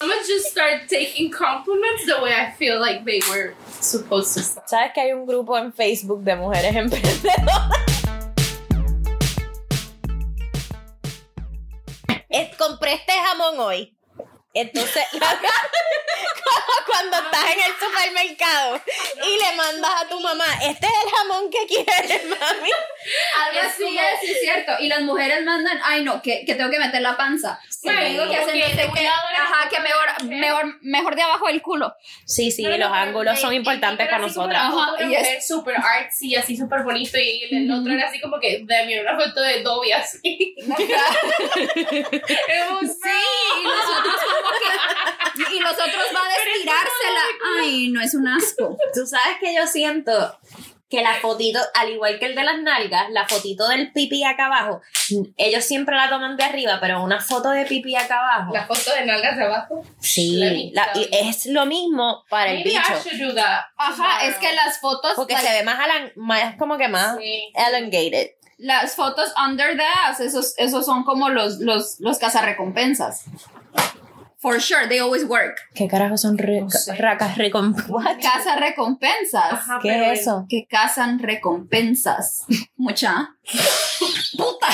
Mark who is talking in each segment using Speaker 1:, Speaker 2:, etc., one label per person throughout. Speaker 1: someone just started taking compliments the way I feel like they were supposed to sound.
Speaker 2: Sabes que hay un grupo en Facebook de mujeres emprendedoras. Es- compré este jamón hoy. Entonces, la- como cuando estás en el supermercado y le mandas a tu mamá, este es el jamón que quieres, mami.
Speaker 3: Algo
Speaker 1: Es
Speaker 3: así
Speaker 1: como-
Speaker 3: es, sí es cierto. Y las mujeres mandan, ay no, que, que tengo que meter la panza. Me digo que hacen
Speaker 1: porque
Speaker 3: no sé
Speaker 1: te
Speaker 3: qué,
Speaker 1: voy a dar
Speaker 3: ajá,
Speaker 1: el-
Speaker 3: que mejor, mejor, mejor de abajo del culo.
Speaker 2: Sí, sí,
Speaker 1: No, no,
Speaker 2: los
Speaker 1: no,
Speaker 2: ángulos
Speaker 1: el-
Speaker 2: son
Speaker 1: el
Speaker 2: importantes
Speaker 1: tipo
Speaker 2: para
Speaker 1: era así como
Speaker 2: nosotras.
Speaker 1: la foto de
Speaker 3: Ajá,
Speaker 1: una
Speaker 3: y es-
Speaker 1: mujer super artsy, así súper bonito, y el, el otro era así como que de mí una foto de Dobby así. Era un-
Speaker 3: Sí, y los otros como que. Y los otros va a destirársela. Ay, no es un asco.
Speaker 2: Tú sabes que yo siento que la fotito, al igual que el de las nalgas, la fotito del pipí acá abajo, ellos siempre la toman de arriba, pero una foto de pipí acá abajo.
Speaker 1: La foto de nalgas de abajo. la
Speaker 2: sí,
Speaker 1: mitad.
Speaker 2: la- y es lo mismo para el
Speaker 1: Maybe
Speaker 2: bicho.
Speaker 1: I should do that.
Speaker 3: Ajá,
Speaker 1: tomorrow.
Speaker 3: es que las fotos.
Speaker 2: Porque
Speaker 3: las,
Speaker 2: se ve más, alan- más como que más
Speaker 1: Sí.
Speaker 2: elongated.
Speaker 3: las fotos under the ass, esos, esos son como los, los, los cazarrecompensas. For sure, they always work.
Speaker 2: ¿Qué carajo son re-
Speaker 1: No sé.
Speaker 2: racas recom... What?
Speaker 3: Cazarrecompensas.
Speaker 1: Ajá,
Speaker 2: ¿Qué
Speaker 1: pero
Speaker 2: es eso?
Speaker 3: que cazan recompensas. Mucha. Puta.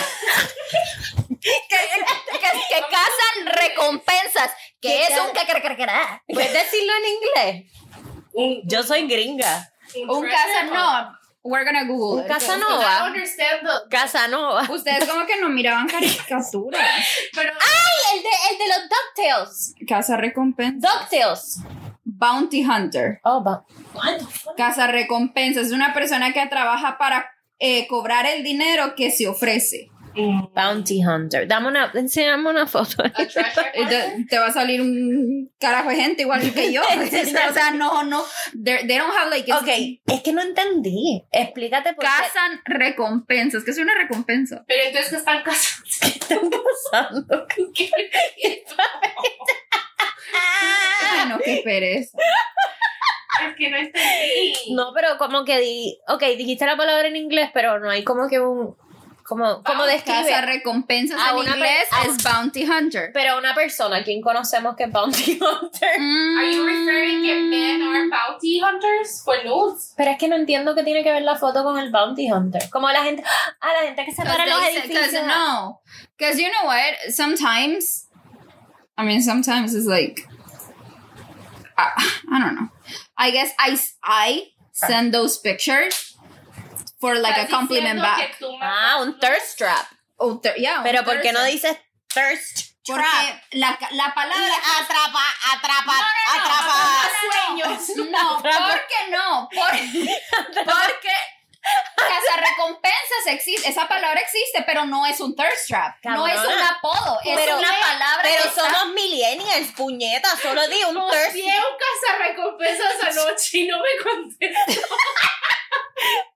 Speaker 3: que, que, que cazan recompensas.
Speaker 2: Que ca-
Speaker 3: cacarcará.
Speaker 2: ¿Puedes decirlo en inglés?
Speaker 1: Un,
Speaker 2: Yo soy gringa.
Speaker 3: Un
Speaker 1: no.
Speaker 3: casanova. We're gonna
Speaker 2: Un
Speaker 3: Google. it.
Speaker 1: I don't
Speaker 2: Casanova.
Speaker 1: understand the-
Speaker 2: Casanova.
Speaker 3: Ustedes como que no miraban caricaturas.
Speaker 1: Pero
Speaker 2: ¡Ay! El de, el de los DuckTales.
Speaker 3: Caza recompensas.
Speaker 2: DuckTales.
Speaker 3: Bounty Hunter.
Speaker 2: Oh, va.
Speaker 3: Caza recompensas. Es una persona que trabaja para eh, cobrar el dinero que se ofrece.
Speaker 1: mm,
Speaker 2: Bounty Hunter. Dame una, enséñame una foto.
Speaker 1: a trash
Speaker 3: Eh,
Speaker 1: record.
Speaker 3: Te, te va a salir un carajo de gente igual que yo. o sea, no, no. They're- They don't have like. it's-
Speaker 2: Ok, es que no entendí. Explícate por qué
Speaker 3: Cazan recompensas. ¿Qué es una recompensa?
Speaker 1: Pero entonces que están casados.
Speaker 2: están casando. Ah.
Speaker 3: Ay, no, qué pereza.
Speaker 1: Es que no entendí.
Speaker 2: No, pero como que di... Ok, dijiste la palabra en inglés, pero no hay como que un... Como, como
Speaker 3: Caza
Speaker 2: describe.
Speaker 3: recompensas
Speaker 2: A
Speaker 3: en
Speaker 2: una per-
Speaker 3: inglés
Speaker 2: a-
Speaker 3: es bounty hunter.
Speaker 2: Pero una persona, ¿quién conocemos que es Bounty Hunter?
Speaker 1: Are you referring que men are bounty hunters for nudes?
Speaker 2: Pero es que no entiendo qué tiene que ver la foto con el Bounty Hunter. Como la gente... A la gente que se para en los edificios.
Speaker 3: Because no, because you know what? Sometimes, I mean, sometimes it's like, I, I don't know. I guess I s- I send those pictures for like a
Speaker 1: Estás
Speaker 3: compliment
Speaker 1: diciendo
Speaker 3: back.
Speaker 1: que tú me-
Speaker 2: Ah, un thirst trap.
Speaker 3: Oh, th- yeah.
Speaker 2: Pero ¿por qué no
Speaker 3: thirst.
Speaker 2: dices thirst trap?
Speaker 3: Porque la, ca- la palabra
Speaker 2: atrapa, atrapa,
Speaker 3: sueños. No, ¿por
Speaker 2: Atrapa.
Speaker 3: qué no? Por- porque cazarrecompensas existe, esa palabra existe, pero no es un thirst trap, no es un
Speaker 2: Cabrona.
Speaker 3: apodo, es
Speaker 2: Pero-
Speaker 3: una palabra
Speaker 2: Pero
Speaker 3: que está-
Speaker 2: somos millennials, puñeta. Solo di un
Speaker 1: Posteé
Speaker 2: thirst.
Speaker 1: un cazarrecompensas anoche y no me contestó.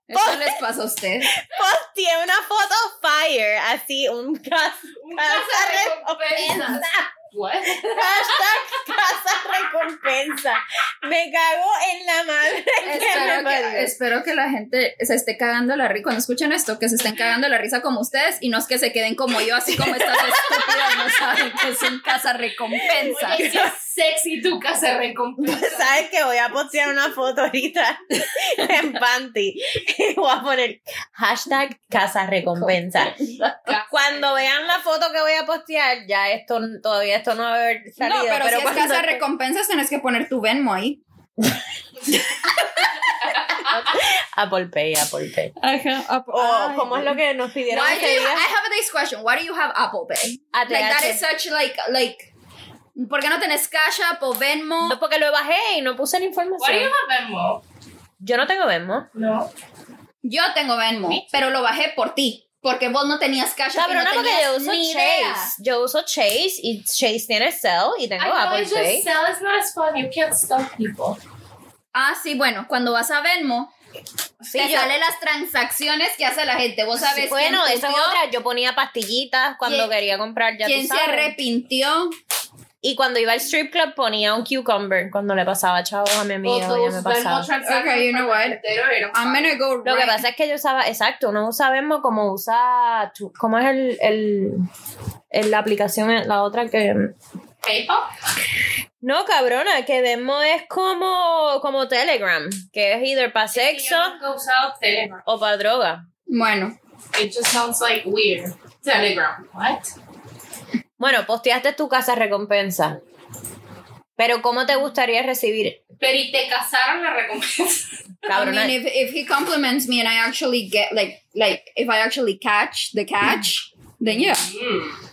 Speaker 3: Eso les pasa a ustedes.
Speaker 2: Posteé una foto fire, así, un gas.
Speaker 1: Un
Speaker 2: Cazarrecompensas.
Speaker 1: cazarrecompensas. What?
Speaker 2: Hashtag casa recompensa. Me cago en la madre. que me
Speaker 3: Espero
Speaker 2: parió.
Speaker 3: que, espero que la gente se esté cagando la risa cuando escuchen esto, que se estén cagando la risa como ustedes y no es que se queden como yo, así como estas estúpidas no saben que es un cazarrecompensas.
Speaker 1: Oye, qué sexy tu
Speaker 2: Pues,
Speaker 1: cazarrecompensas.
Speaker 2: sabes que voy a postear una foto ahorita en panty y voy a poner hashtag casa recompensa cuando vean la foto que voy a postear ya esto todavía esto no va a haber salido
Speaker 3: no, pero, si es
Speaker 2: cuando-
Speaker 3: casa recompensas, tienes que poner tu Venmo ahí.
Speaker 2: Apple Ah, Pay Apple Pay
Speaker 3: Ajá. ah,
Speaker 2: o cómo es lo que nos pidieron
Speaker 3: Why do
Speaker 2: ese
Speaker 3: you,
Speaker 2: día
Speaker 3: I have this question. Why do you have Apple Pay?
Speaker 2: ATH.
Speaker 3: Like, that is such, like, like... ¿Por qué no tenés Cash App o Venmo?
Speaker 2: No, porque lo bajé y no puse la
Speaker 1: What do you
Speaker 2: información
Speaker 1: have Venmo?
Speaker 2: yo no tengo Venmo
Speaker 1: No.
Speaker 3: Yo tengo Venmo, pero lo bajé por ti. Porque vos no tenías Cash App y
Speaker 2: cabrona
Speaker 3: no
Speaker 2: porque
Speaker 3: tenías
Speaker 2: yo uso
Speaker 3: ni
Speaker 2: Chase
Speaker 3: idea.
Speaker 2: yo uso Chase y Chase tiene Cell y tengo
Speaker 1: I know,
Speaker 2: Apple
Speaker 1: it's
Speaker 2: Pay
Speaker 1: just sell. It's not as fun. You can't stalk people.
Speaker 3: Ah, sí, bueno, cuando vas a Venmo,
Speaker 2: Sí,
Speaker 3: te
Speaker 2: yo-
Speaker 3: salen las transacciones que hace la gente. Vos sabes
Speaker 2: Sí, bueno,
Speaker 3: quién,
Speaker 2: pues, esa es
Speaker 3: tuiteó,
Speaker 2: otra. Yo ponía pastillitas cuando
Speaker 3: ¿Quién-
Speaker 2: quería comprar, ya
Speaker 3: quién
Speaker 2: tú
Speaker 3: se
Speaker 2: sabes.
Speaker 3: arrepintió.
Speaker 2: Y cuando iba al strip club ponía un cucumber cuando le pasaba chavos a mi amiga,
Speaker 1: Well,
Speaker 2: ya
Speaker 1: those
Speaker 2: me
Speaker 1: Venmo
Speaker 2: pasaba.
Speaker 1: transactions
Speaker 3: Okay, you know
Speaker 1: from
Speaker 3: what?
Speaker 1: They don't- they don't
Speaker 3: I'm gonna go
Speaker 2: Lo que
Speaker 3: right-
Speaker 2: pasa es que yo usaba, exacto, no usa Venmo como usa, tu- ¿cómo es el, el, el- la aplicación, la otra eh, que...
Speaker 1: PayPal?
Speaker 2: No, cabrona, que Venmo es como, como Telegram, que es either para
Speaker 1: Es que yo
Speaker 2: sexo
Speaker 1: nunca he usado Telegram.
Speaker 2: o para droga.
Speaker 3: Bueno,
Speaker 1: It just sounds like weird. Telegram. What?
Speaker 2: Bueno, posteaste tu casa recompensa. Pero ¿cómo te gustaría recibir?
Speaker 1: Pero y te casaron la recompensa.
Speaker 2: Cabrona,
Speaker 3: I mean, if, if he compliments me and I actually get like like if I actually catch the catch, then yeah.
Speaker 1: Mm.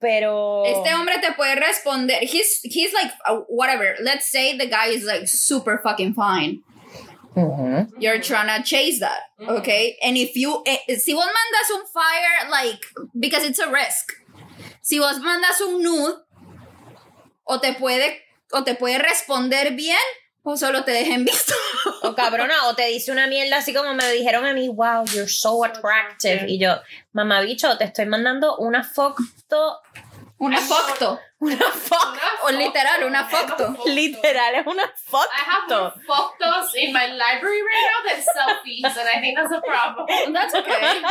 Speaker 2: pero
Speaker 3: Este hombre te puede responder. He's he's like uh, whatever. Let's say the guy is like super fucking fine.
Speaker 2: Ujú.
Speaker 3: You're trying to chase that, okay? And if you eh, si vos mandas un fire like because it's a risk. Si vos mandas un nude o te puede o te puede responder bien o solo te dejen visto.
Speaker 2: o cabrona, o te dice una mierda así como me dijeron a mí, wow, you're so attractive. Y yo, mamá bicho, te estoy mandando una foto,
Speaker 3: Una foto.
Speaker 2: una foto,
Speaker 1: Una
Speaker 3: O
Speaker 1: foto.
Speaker 3: literal, una foto.
Speaker 2: literal, es una
Speaker 1: I have
Speaker 2: foto.
Speaker 1: more photos in my library right now than selfies, and I think that's a problem.
Speaker 3: That's okay.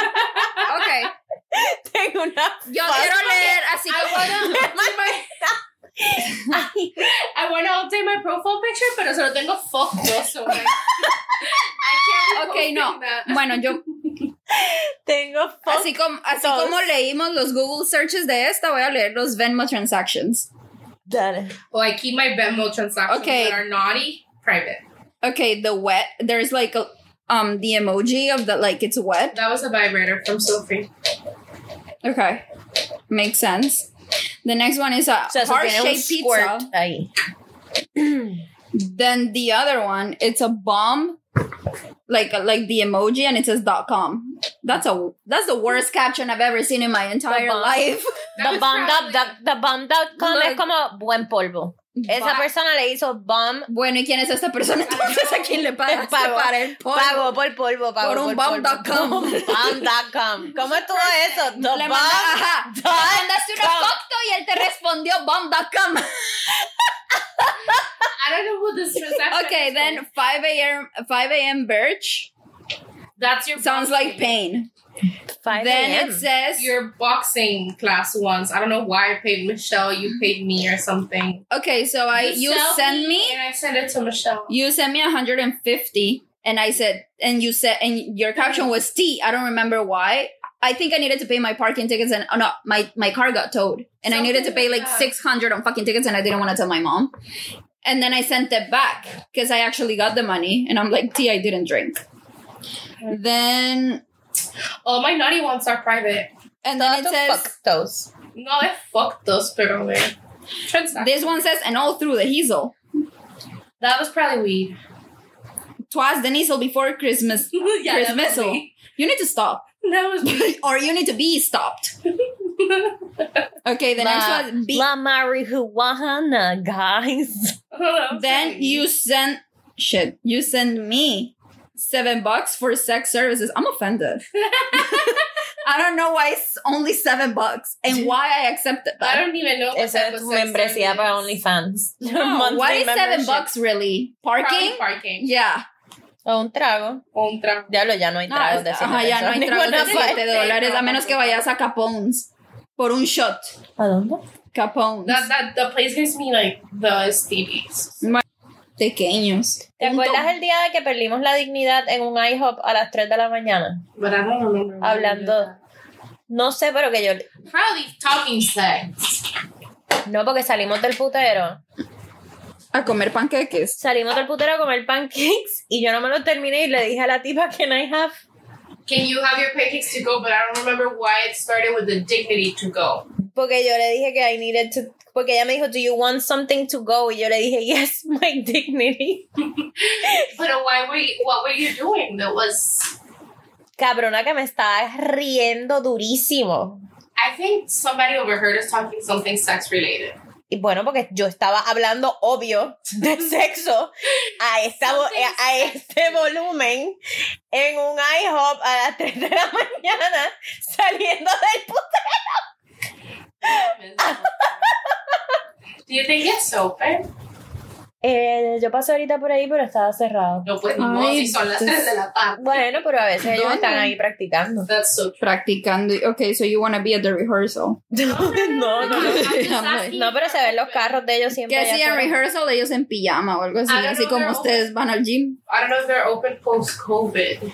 Speaker 3: Okay.
Speaker 2: Tengo una
Speaker 3: Yo
Speaker 2: foto.
Speaker 3: quiero leer así
Speaker 1: I wanna
Speaker 3: como
Speaker 1: update my
Speaker 2: Ay,
Speaker 1: I wanna update my profile picture, pero solo tengo fotos. So like, I can't be
Speaker 3: Okay, no.
Speaker 1: posting that.
Speaker 3: Bueno, yo
Speaker 2: tengo foto.
Speaker 3: Así como, así
Speaker 2: Todos.
Speaker 3: como leímos los Google searches de esta, voy a leer los Venmo transactions.
Speaker 2: Dale.
Speaker 1: Well, I keep my Venmo transactions
Speaker 3: Okay.
Speaker 1: that are naughty private.
Speaker 3: Okay, the wet. There's like a, um the emoji of the like it's wet.
Speaker 1: That was a vibrator from Sophie.
Speaker 3: Okay, makes sense. The next one is a
Speaker 2: O sea, eso
Speaker 3: heart
Speaker 2: tiene un
Speaker 3: shaped
Speaker 2: squirt
Speaker 3: pizza.
Speaker 2: ahí.
Speaker 3: Then the other one, it's a bomb, like like the emoji, and it says dot .com. That's a that's the worst caption I've ever seen in my entire
Speaker 2: bomb.
Speaker 3: life.
Speaker 1: That
Speaker 2: The
Speaker 1: was
Speaker 2: bomb
Speaker 1: probably-
Speaker 2: dot- the bomb dot com
Speaker 3: Look.
Speaker 2: es como buen polvo. Esa
Speaker 3: Ba-
Speaker 2: persona le hizo bomb,
Speaker 3: bueno, ¿y quién es esta persona? Entonces, ¿a quién le pagas
Speaker 2: Pago.
Speaker 3: para el polvo?
Speaker 2: pagó por polvo, pagó
Speaker 3: Por un
Speaker 2: polvo.
Speaker 3: bomb.com.
Speaker 2: Bomb.com. ¿Cómo estuvo eso? The
Speaker 3: No le manda-
Speaker 2: bomb.
Speaker 3: ajá. Le
Speaker 2: dot
Speaker 3: mandaste una
Speaker 2: com.
Speaker 3: foto y él te respondió bomb.com.
Speaker 1: I don't know who this transaction
Speaker 3: Okay,
Speaker 1: is
Speaker 3: then
Speaker 1: from.
Speaker 3: 5 a.m. 5 a.m. Birch
Speaker 1: That's your
Speaker 3: sounds like
Speaker 1: boxing.
Speaker 3: pain.
Speaker 2: 5
Speaker 3: Then
Speaker 2: a.m.
Speaker 3: it says
Speaker 1: Your boxing class once. I don't know why I paid Michelle, you paid me or something.
Speaker 3: okay, so I you,
Speaker 1: sell
Speaker 3: send me
Speaker 1: and I send it to Michelle.
Speaker 3: you sent me 150 and I said and you said and your caption was T. I don't remember why. I think I needed to pay my parking tickets and oh no, my my car got towed and I needed to
Speaker 1: Something
Speaker 3: pay
Speaker 1: like
Speaker 3: like
Speaker 1: that.
Speaker 3: 600 on fucking tickets and I didn't want to tell my mom. And then I sent it back because I actually got the money and I'm like, T, I didn't drink. Then
Speaker 1: All Oh, my naughty ones are private.
Speaker 3: and then it
Speaker 2: Todos
Speaker 3: says
Speaker 2: factos.
Speaker 1: No, I fucked those pero man. Transaction.
Speaker 3: this one says and all through the heasel.
Speaker 1: that was probably weed.
Speaker 3: Twas the heasel before Christmas.
Speaker 1: yeah,
Speaker 3: Chris
Speaker 1: that was
Speaker 3: Missile.
Speaker 1: weed.
Speaker 3: You need to stop.
Speaker 1: That was weed.
Speaker 3: or you need to be stopped. Okay, the next
Speaker 2: La,
Speaker 3: one be
Speaker 2: la marijuana, guys.
Speaker 3: then you send shit. You send me seven bucks for sex services. I'm offended. I don't know why it's only seven bucks and why I
Speaker 1: I
Speaker 3: accepted that.
Speaker 1: don't even know. what
Speaker 2: Esa
Speaker 1: type
Speaker 2: es
Speaker 1: of
Speaker 2: tu
Speaker 1: sex
Speaker 2: membresía
Speaker 1: that
Speaker 2: para
Speaker 1: is.
Speaker 2: OnlyFans.
Speaker 3: No,
Speaker 2: Monthly
Speaker 3: what is seven
Speaker 2: membership.
Speaker 3: bucks really? Parking?
Speaker 1: Probably parking.
Speaker 3: Yeah.
Speaker 2: O un trago.
Speaker 1: Contra.
Speaker 2: Diablo, ya no hay
Speaker 3: No,
Speaker 2: tragos de
Speaker 3: es-
Speaker 2: siete
Speaker 3: ajá, ya no
Speaker 2: pesos
Speaker 3: hay
Speaker 2: en
Speaker 3: tragos de
Speaker 2: ninguna parte.
Speaker 3: 7 dólares a menos que vayas a Capone's por un shot.
Speaker 2: ¿A dónde?
Speaker 3: Capone's.
Speaker 1: That that the place gives me like the STDs.
Speaker 3: Pequeños.
Speaker 2: ¿Te
Speaker 3: Punto.
Speaker 2: acuerdas el día que perdimos la dignidad en un IHOP a las 3 de la mañana?
Speaker 1: But I don't remember. when we did
Speaker 2: Hablando. No sé, pero que yo.
Speaker 1: that. Probably talking sex.
Speaker 2: No, porque salimos del putero.
Speaker 3: a comer panqueques?
Speaker 2: Salimos del putero a comer pancakes y yo no me los terminé y le dije a la tipa, can I have?
Speaker 1: Can you have your pancakes to go? But I don't remember why it started with the dignity to go.
Speaker 2: Porque yo le dije que I needed to. Porque ella me dijo, do you want something to go? Y yo le dije, yes, my dignity.
Speaker 1: But why were you, what were you doing? That was
Speaker 2: Cabrona que me estaba riendo durísimo.
Speaker 1: I think somebody overheard us talking something sex related.
Speaker 2: Y bueno, porque yo estaba hablando, obvio, de sexo a, esta vo-
Speaker 1: Something
Speaker 2: a este volumen en un IHOP a las 3 de la mañana saliendo del puto.
Speaker 1: Do you think it's open?
Speaker 2: Eh, yo pasé ahorita por ahí, pero estaba cerrado.
Speaker 1: No, pues ni modo,
Speaker 3: Ay,
Speaker 1: si son las
Speaker 3: pues-
Speaker 1: 3 de la tarde.
Speaker 2: Bueno, pero a veces ellos
Speaker 3: ¿Dónde?
Speaker 2: están ahí practicando.
Speaker 1: That's so true.
Speaker 3: Practicando. Okay, so you want to be at the rehearsal.
Speaker 2: No,
Speaker 1: I'm just asking.
Speaker 2: No, pero se ven los carros de ellos siempre.
Speaker 3: Que
Speaker 2: allá
Speaker 3: si en
Speaker 2: afuera.
Speaker 3: rehearsal ellos en pijama o algo así,
Speaker 1: I don't
Speaker 3: así
Speaker 1: know,
Speaker 3: como
Speaker 1: they're
Speaker 3: ustedes van al gym.
Speaker 1: I don't know if they're open post COVID.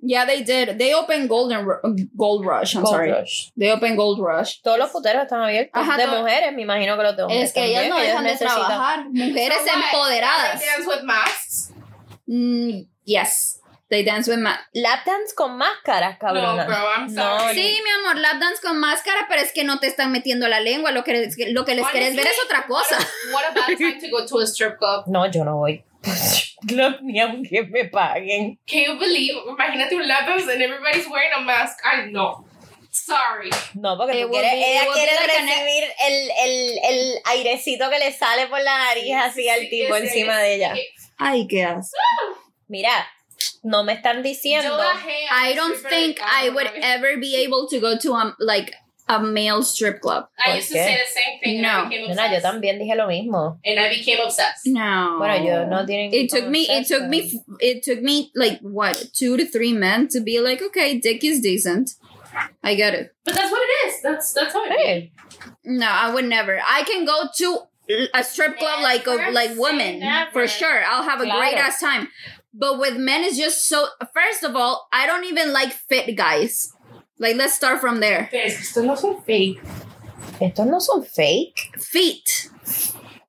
Speaker 3: Yeah, they did. They opened Golden Ru- Gold Rush. I'm
Speaker 2: Gold
Speaker 3: sorry.
Speaker 2: Rush.
Speaker 3: They opened Gold Rush.
Speaker 2: Todos los puteros están abiertos.
Speaker 3: Ajá,
Speaker 2: de
Speaker 3: todo-
Speaker 2: mujeres, me imagino que los de hombres.
Speaker 3: Es que ellas
Speaker 2: también,
Speaker 3: no dejan de
Speaker 2: necesitan-
Speaker 3: trabajar. Mujeres
Speaker 1: So what?
Speaker 3: empoderadas.
Speaker 1: They dance with masks.
Speaker 3: Mm, yes, they dance with ma
Speaker 2: Lap dance con máscaras,
Speaker 1: No,
Speaker 2: cabrona.
Speaker 1: bro, I'm
Speaker 2: No,
Speaker 1: sorry.
Speaker 3: Sí, mi amor, lap dance con máscara, pero es que no te están metiendo la lengua. Lo que, lo que les querés ver es otra cosa.
Speaker 1: What about time to go to a strip club?
Speaker 2: No, yo no voy. Club, ni aunque me paguen.
Speaker 1: Can you believe? Imagínate un lap dance and everybody's wearing a mask. I know. Sorry.
Speaker 2: No, porque
Speaker 3: It
Speaker 2: tú
Speaker 3: will
Speaker 2: quieres,
Speaker 3: be- it
Speaker 2: ella
Speaker 3: will be
Speaker 2: quiere
Speaker 3: like an-
Speaker 2: recibir el, el, el airecito que le sale por la nariz
Speaker 1: Sí,
Speaker 2: así
Speaker 1: sí,
Speaker 2: al
Speaker 1: sí,
Speaker 2: tipo
Speaker 1: ese
Speaker 2: encima
Speaker 1: es.
Speaker 2: de ella.
Speaker 3: Ay, qué asco.
Speaker 2: Mira, no me están diciendo.
Speaker 1: Yo bajé a
Speaker 3: I
Speaker 1: un
Speaker 3: don't
Speaker 1: stripper
Speaker 3: think
Speaker 1: cada
Speaker 3: I would
Speaker 1: una vez.
Speaker 3: ever be able to go to a, like a male strip club.
Speaker 1: I used to
Speaker 2: ¿Por qué?
Speaker 1: say the same thing and I
Speaker 3: No.
Speaker 1: became
Speaker 2: Nena, yo
Speaker 1: obsessed.
Speaker 2: también dije lo mismo.
Speaker 1: And I became obsessed.
Speaker 3: No.
Speaker 2: Bueno, yo no tienen.
Speaker 3: It took me. It took me. f- It took me like what two to three men to be like, okay, dick is decent. I get it.
Speaker 1: But that's what it is. That's that's how it is.
Speaker 2: Hey,
Speaker 3: No, I would never. I can go to a strip club like a,
Speaker 1: Never
Speaker 3: like
Speaker 1: say
Speaker 3: women
Speaker 1: never.
Speaker 3: for sure. I'll have a
Speaker 2: Claro.
Speaker 3: great ass time. But with men, it's just so. First of all, I don't even like fit guys. Like, let's start from there.
Speaker 1: Pero es que estos no son fake.
Speaker 2: estos no son fake.
Speaker 3: Feet,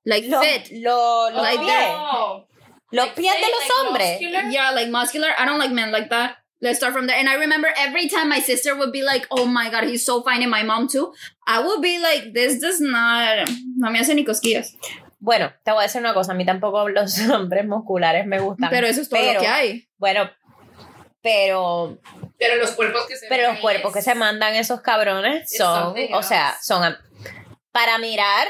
Speaker 3: like
Speaker 2: Los,
Speaker 3: fit.
Speaker 2: lo- los
Speaker 3: Like
Speaker 2: pies.
Speaker 3: that.
Speaker 1: No.
Speaker 2: Los
Speaker 1: Like
Speaker 2: pies de
Speaker 1: fake,
Speaker 2: los
Speaker 1: like
Speaker 2: hombres.
Speaker 1: muscular.
Speaker 3: Yeah, like muscular. I don't like men like that. Let's start from there. And I remember every time my sister would be like, "Oh my god, he's so fine," and my mom too. I would be like, "This does not." No me hace ni cosquillas.
Speaker 2: Bueno, te voy a decir una cosa. A mí tampoco los hombres musculares me gustan.
Speaker 3: Pero eso es todo
Speaker 2: Pero-
Speaker 3: lo que hay.
Speaker 2: Bueno, pero
Speaker 1: Pero los cuerpos que se
Speaker 2: Pero
Speaker 1: ven
Speaker 2: los
Speaker 1: ahí
Speaker 2: cuerpos que
Speaker 1: es-
Speaker 2: se mandan esos cabrones
Speaker 1: It's
Speaker 2: son,
Speaker 1: something
Speaker 2: o sea,
Speaker 1: else.
Speaker 2: son a- para mirar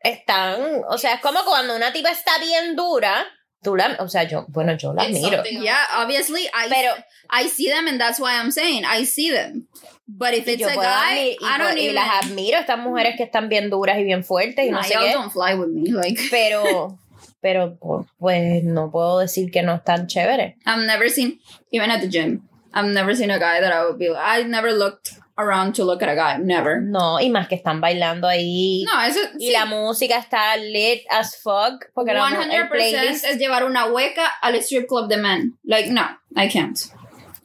Speaker 2: están, o sea, es como cuando una tipa está bien dura, tú la, o sea, yo, bueno, yo la
Speaker 1: It's
Speaker 2: miro,
Speaker 1: something
Speaker 3: Yeah, obviously, I
Speaker 2: pero
Speaker 3: I see them, and that's why I'm saying I see them. But if it's
Speaker 2: yo
Speaker 3: a
Speaker 2: puedo admi-
Speaker 3: guy,
Speaker 2: y,
Speaker 3: I don't
Speaker 2: puedo- y
Speaker 3: even.
Speaker 2: las admiro, estas mujeres que están bien duras y bien fuertes y no
Speaker 3: Nah,
Speaker 2: sé
Speaker 3: y'all
Speaker 2: qué,
Speaker 3: don't fly with me. Like
Speaker 2: pero pero pu- pues no puedo decir que no están chéveres.
Speaker 3: I've never seen, even at the gym, I've never seen a guy that I would be. like, I never looked around to look at a guy. Never.
Speaker 2: No, y más que están bailando ahí.
Speaker 3: No, eso.
Speaker 2: Y la música está lit as fuck. Porque la mu- el
Speaker 3: 100%
Speaker 2: playlist-
Speaker 3: es llevar una hueca al strip club de men. Like, no, I can't.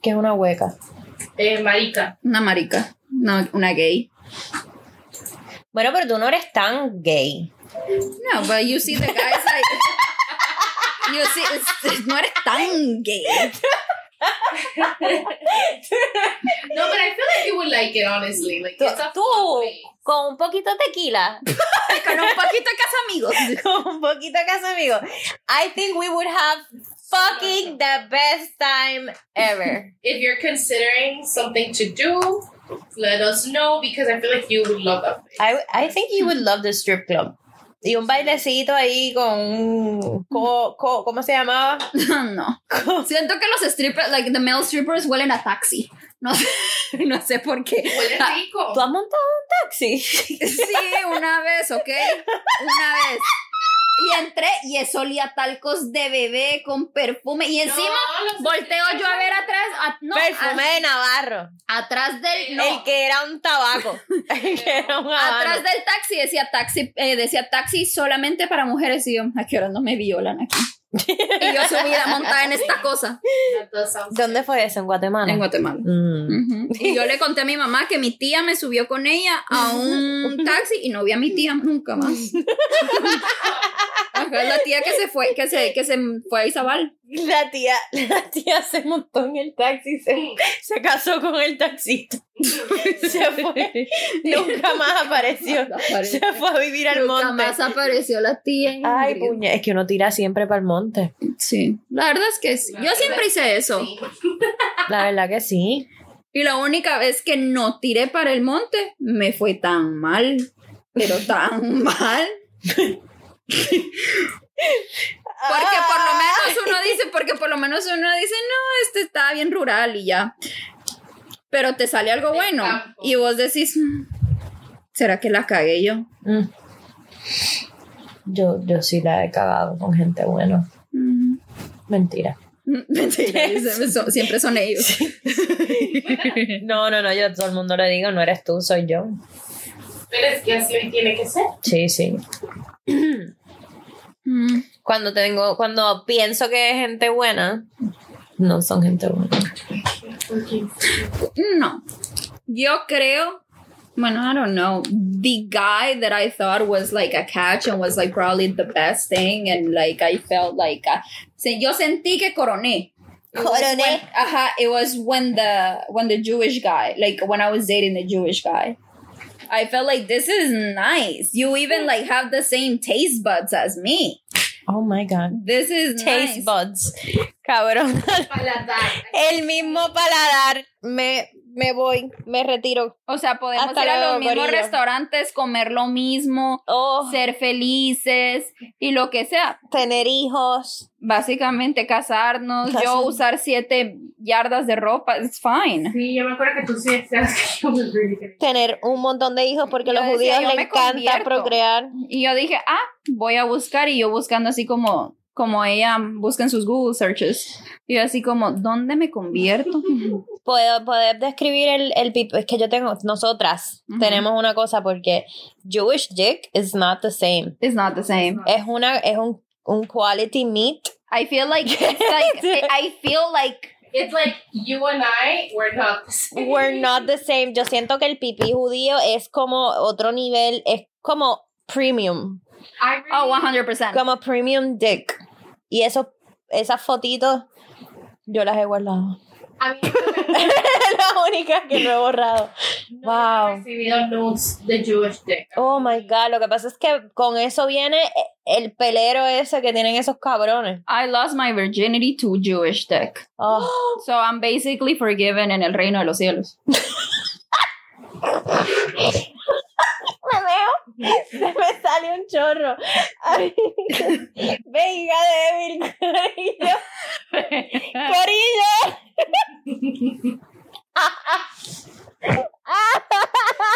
Speaker 2: que es una hueca.
Speaker 1: Eh, marica.
Speaker 3: Una marica. No, una gay.
Speaker 2: Bueno, pero tú no eres tan gay.
Speaker 3: No, but you see the guys like. You see, it's, no eres tan gay.
Speaker 1: No, but I feel like you would like it, honestly. Like,
Speaker 2: Tú,
Speaker 1: it's a
Speaker 2: tú,
Speaker 1: fun place.
Speaker 2: con un poquito de tequila,
Speaker 3: Con un poquito de casa amigos.
Speaker 2: con un poquito de casa amigo, I think we would have fucking the best time ever.
Speaker 1: If you're considering something to do, let us know because I feel like you would love that place.
Speaker 2: I, I think you would love the strip club. Y un bailecito ahí con un... co- co- ¿Cómo se llamaba?
Speaker 3: no. Siento que los strippers, like the male strippers, huelen a taxi. No sé, no sé por qué. Ah,
Speaker 1: Huele rico.
Speaker 2: ¿Tú has montado un taxi?
Speaker 3: Sí, una vez, ¿ok? Una vez. Y entré y eso olía a talcos de bebé con perfume. Y
Speaker 1: No,
Speaker 3: encima
Speaker 1: los-
Speaker 3: volteo yo a ver atrás. a- no,
Speaker 2: Perfume de Navarro.
Speaker 3: a- atrás del. No,
Speaker 2: El que era un tabaco. El que era un habano.
Speaker 3: atrás del taxi decía taxi, eh, decía taxi solamente para mujeres. Y yo, ¿a qué hora no me violan aquí? Y yo subida montada en esta cosa.
Speaker 1: That does sound-
Speaker 2: ¿Dónde fue eso? ¿En Guatemala?
Speaker 3: En Guatemala.
Speaker 2: Mm.
Speaker 3: Ujú. Y yo le conté a mi mamá que mi tía me subió con ella a un taxi y no vi a mi tía nunca más. Ajá, es la tía que se fue, que se, que se fue a Izabal.
Speaker 2: La tía, la tía se montó en el taxi, se, se casó con el taxista, se fue, nunca más apareció, se fue a vivir al
Speaker 3: Nunca
Speaker 2: monte.
Speaker 3: más apareció la tía. Ingrid.
Speaker 2: Ay, puña, es que uno tira siempre para el monte.
Speaker 3: Sí, la verdad es que sí. Yo siempre hice eso.
Speaker 1: Sí.
Speaker 2: La verdad que sí.
Speaker 3: Y la única vez que no tiré para el monte, me fue tan mal. Pero tan mal. Porque por lo menos uno dice, porque por lo menos uno dice, no, este está bien rural y ya. Pero te sale algo
Speaker 1: Del
Speaker 3: bueno.
Speaker 1: campo.
Speaker 3: Y vos decís, "Mm, ¿será que la cagué yo?
Speaker 2: Mm. Yo, yo sí la he cagado con gente buena.
Speaker 3: Mm.
Speaker 2: Mentira.
Speaker 3: Mentira, siempre son- siempre son ellos.
Speaker 2: No, no, no, yo a todo el mundo le digo, no eres tú, soy yo.
Speaker 1: Pero es que así tiene que ser.
Speaker 2: Sí, sí.
Speaker 3: Mm.
Speaker 2: Cuando tengo, cuando pienso que es gente buena, no son gente buena.
Speaker 3: No. Yo creo. Bueno, I don't know. The guy that I thought was like a catch and was like probably the best thing, and like I felt like uh, se- yo sentí que coroné. It was
Speaker 2: Coroné.
Speaker 3: when- Ajá. It was when the when the Jewish guy, like when I was dating the Jewish guy, I felt like this is nice. You even like have the same taste buds as me.
Speaker 2: Oh my god.
Speaker 3: This is
Speaker 2: Taste
Speaker 3: nice.
Speaker 2: buds. Cabrón.
Speaker 1: Paladar.
Speaker 2: El mismo paladar. Me, me voy, me retiro.
Speaker 3: O sea, podemos
Speaker 2: Hasta
Speaker 3: ir a
Speaker 2: luego,
Speaker 3: los mismos
Speaker 2: gorillo.
Speaker 3: restaurantes, comer lo mismo.
Speaker 2: Oh,
Speaker 3: ser felices y lo que sea.
Speaker 2: tener hijos.
Speaker 3: Básicamente casarnos, yo
Speaker 2: Casarnos.
Speaker 3: usar siete yardas de ropa, it's fine.
Speaker 1: Sí, yo me acuerdo que tú sí decías que yo me ridículo.
Speaker 2: Tener un montón de hijos porque
Speaker 3: Yo
Speaker 2: los
Speaker 3: decía,
Speaker 2: judíos
Speaker 3: yo
Speaker 2: le
Speaker 3: me
Speaker 2: encanta
Speaker 3: convierto.
Speaker 2: procrear.
Speaker 3: Y yo dije, ah, voy a buscar y yo buscando así como, como ella busca en sus Google searches. Y yo así como, ¿dónde me convierto?
Speaker 2: Puedo poder describir el, el pip- Es que yo tengo, nosotras
Speaker 3: Ujú.
Speaker 2: tenemos una cosa porque Jewish dick is not the same.
Speaker 3: It's not the same.
Speaker 2: Es una, es un, un quality meat.
Speaker 3: I feel like, it's like I feel like
Speaker 1: It's like you and I were not the same.
Speaker 2: We're not the same. Yo siento que el pipí judío es como otro nivel, es como premium,
Speaker 1: I really,
Speaker 3: oh 100%.
Speaker 2: como premium dick. Y esos, esas fotitos yo las he guardado.
Speaker 1: A mí nunca me-
Speaker 2: La única que no he borrado.
Speaker 1: nunca
Speaker 2: Wow.
Speaker 1: he recibido nudes de Jewish dick.
Speaker 2: Oh my god, lo que pasa es que con eso viene el pelero ese que tienen esos cabrones.
Speaker 3: I lost my virginity to Jewish tech.
Speaker 2: Oh,
Speaker 3: So I'm basically forgiven en el reino de los cielos.
Speaker 2: me veo, se me sale un chorro. Ay, venga, débil, corillo. ¡Corillo!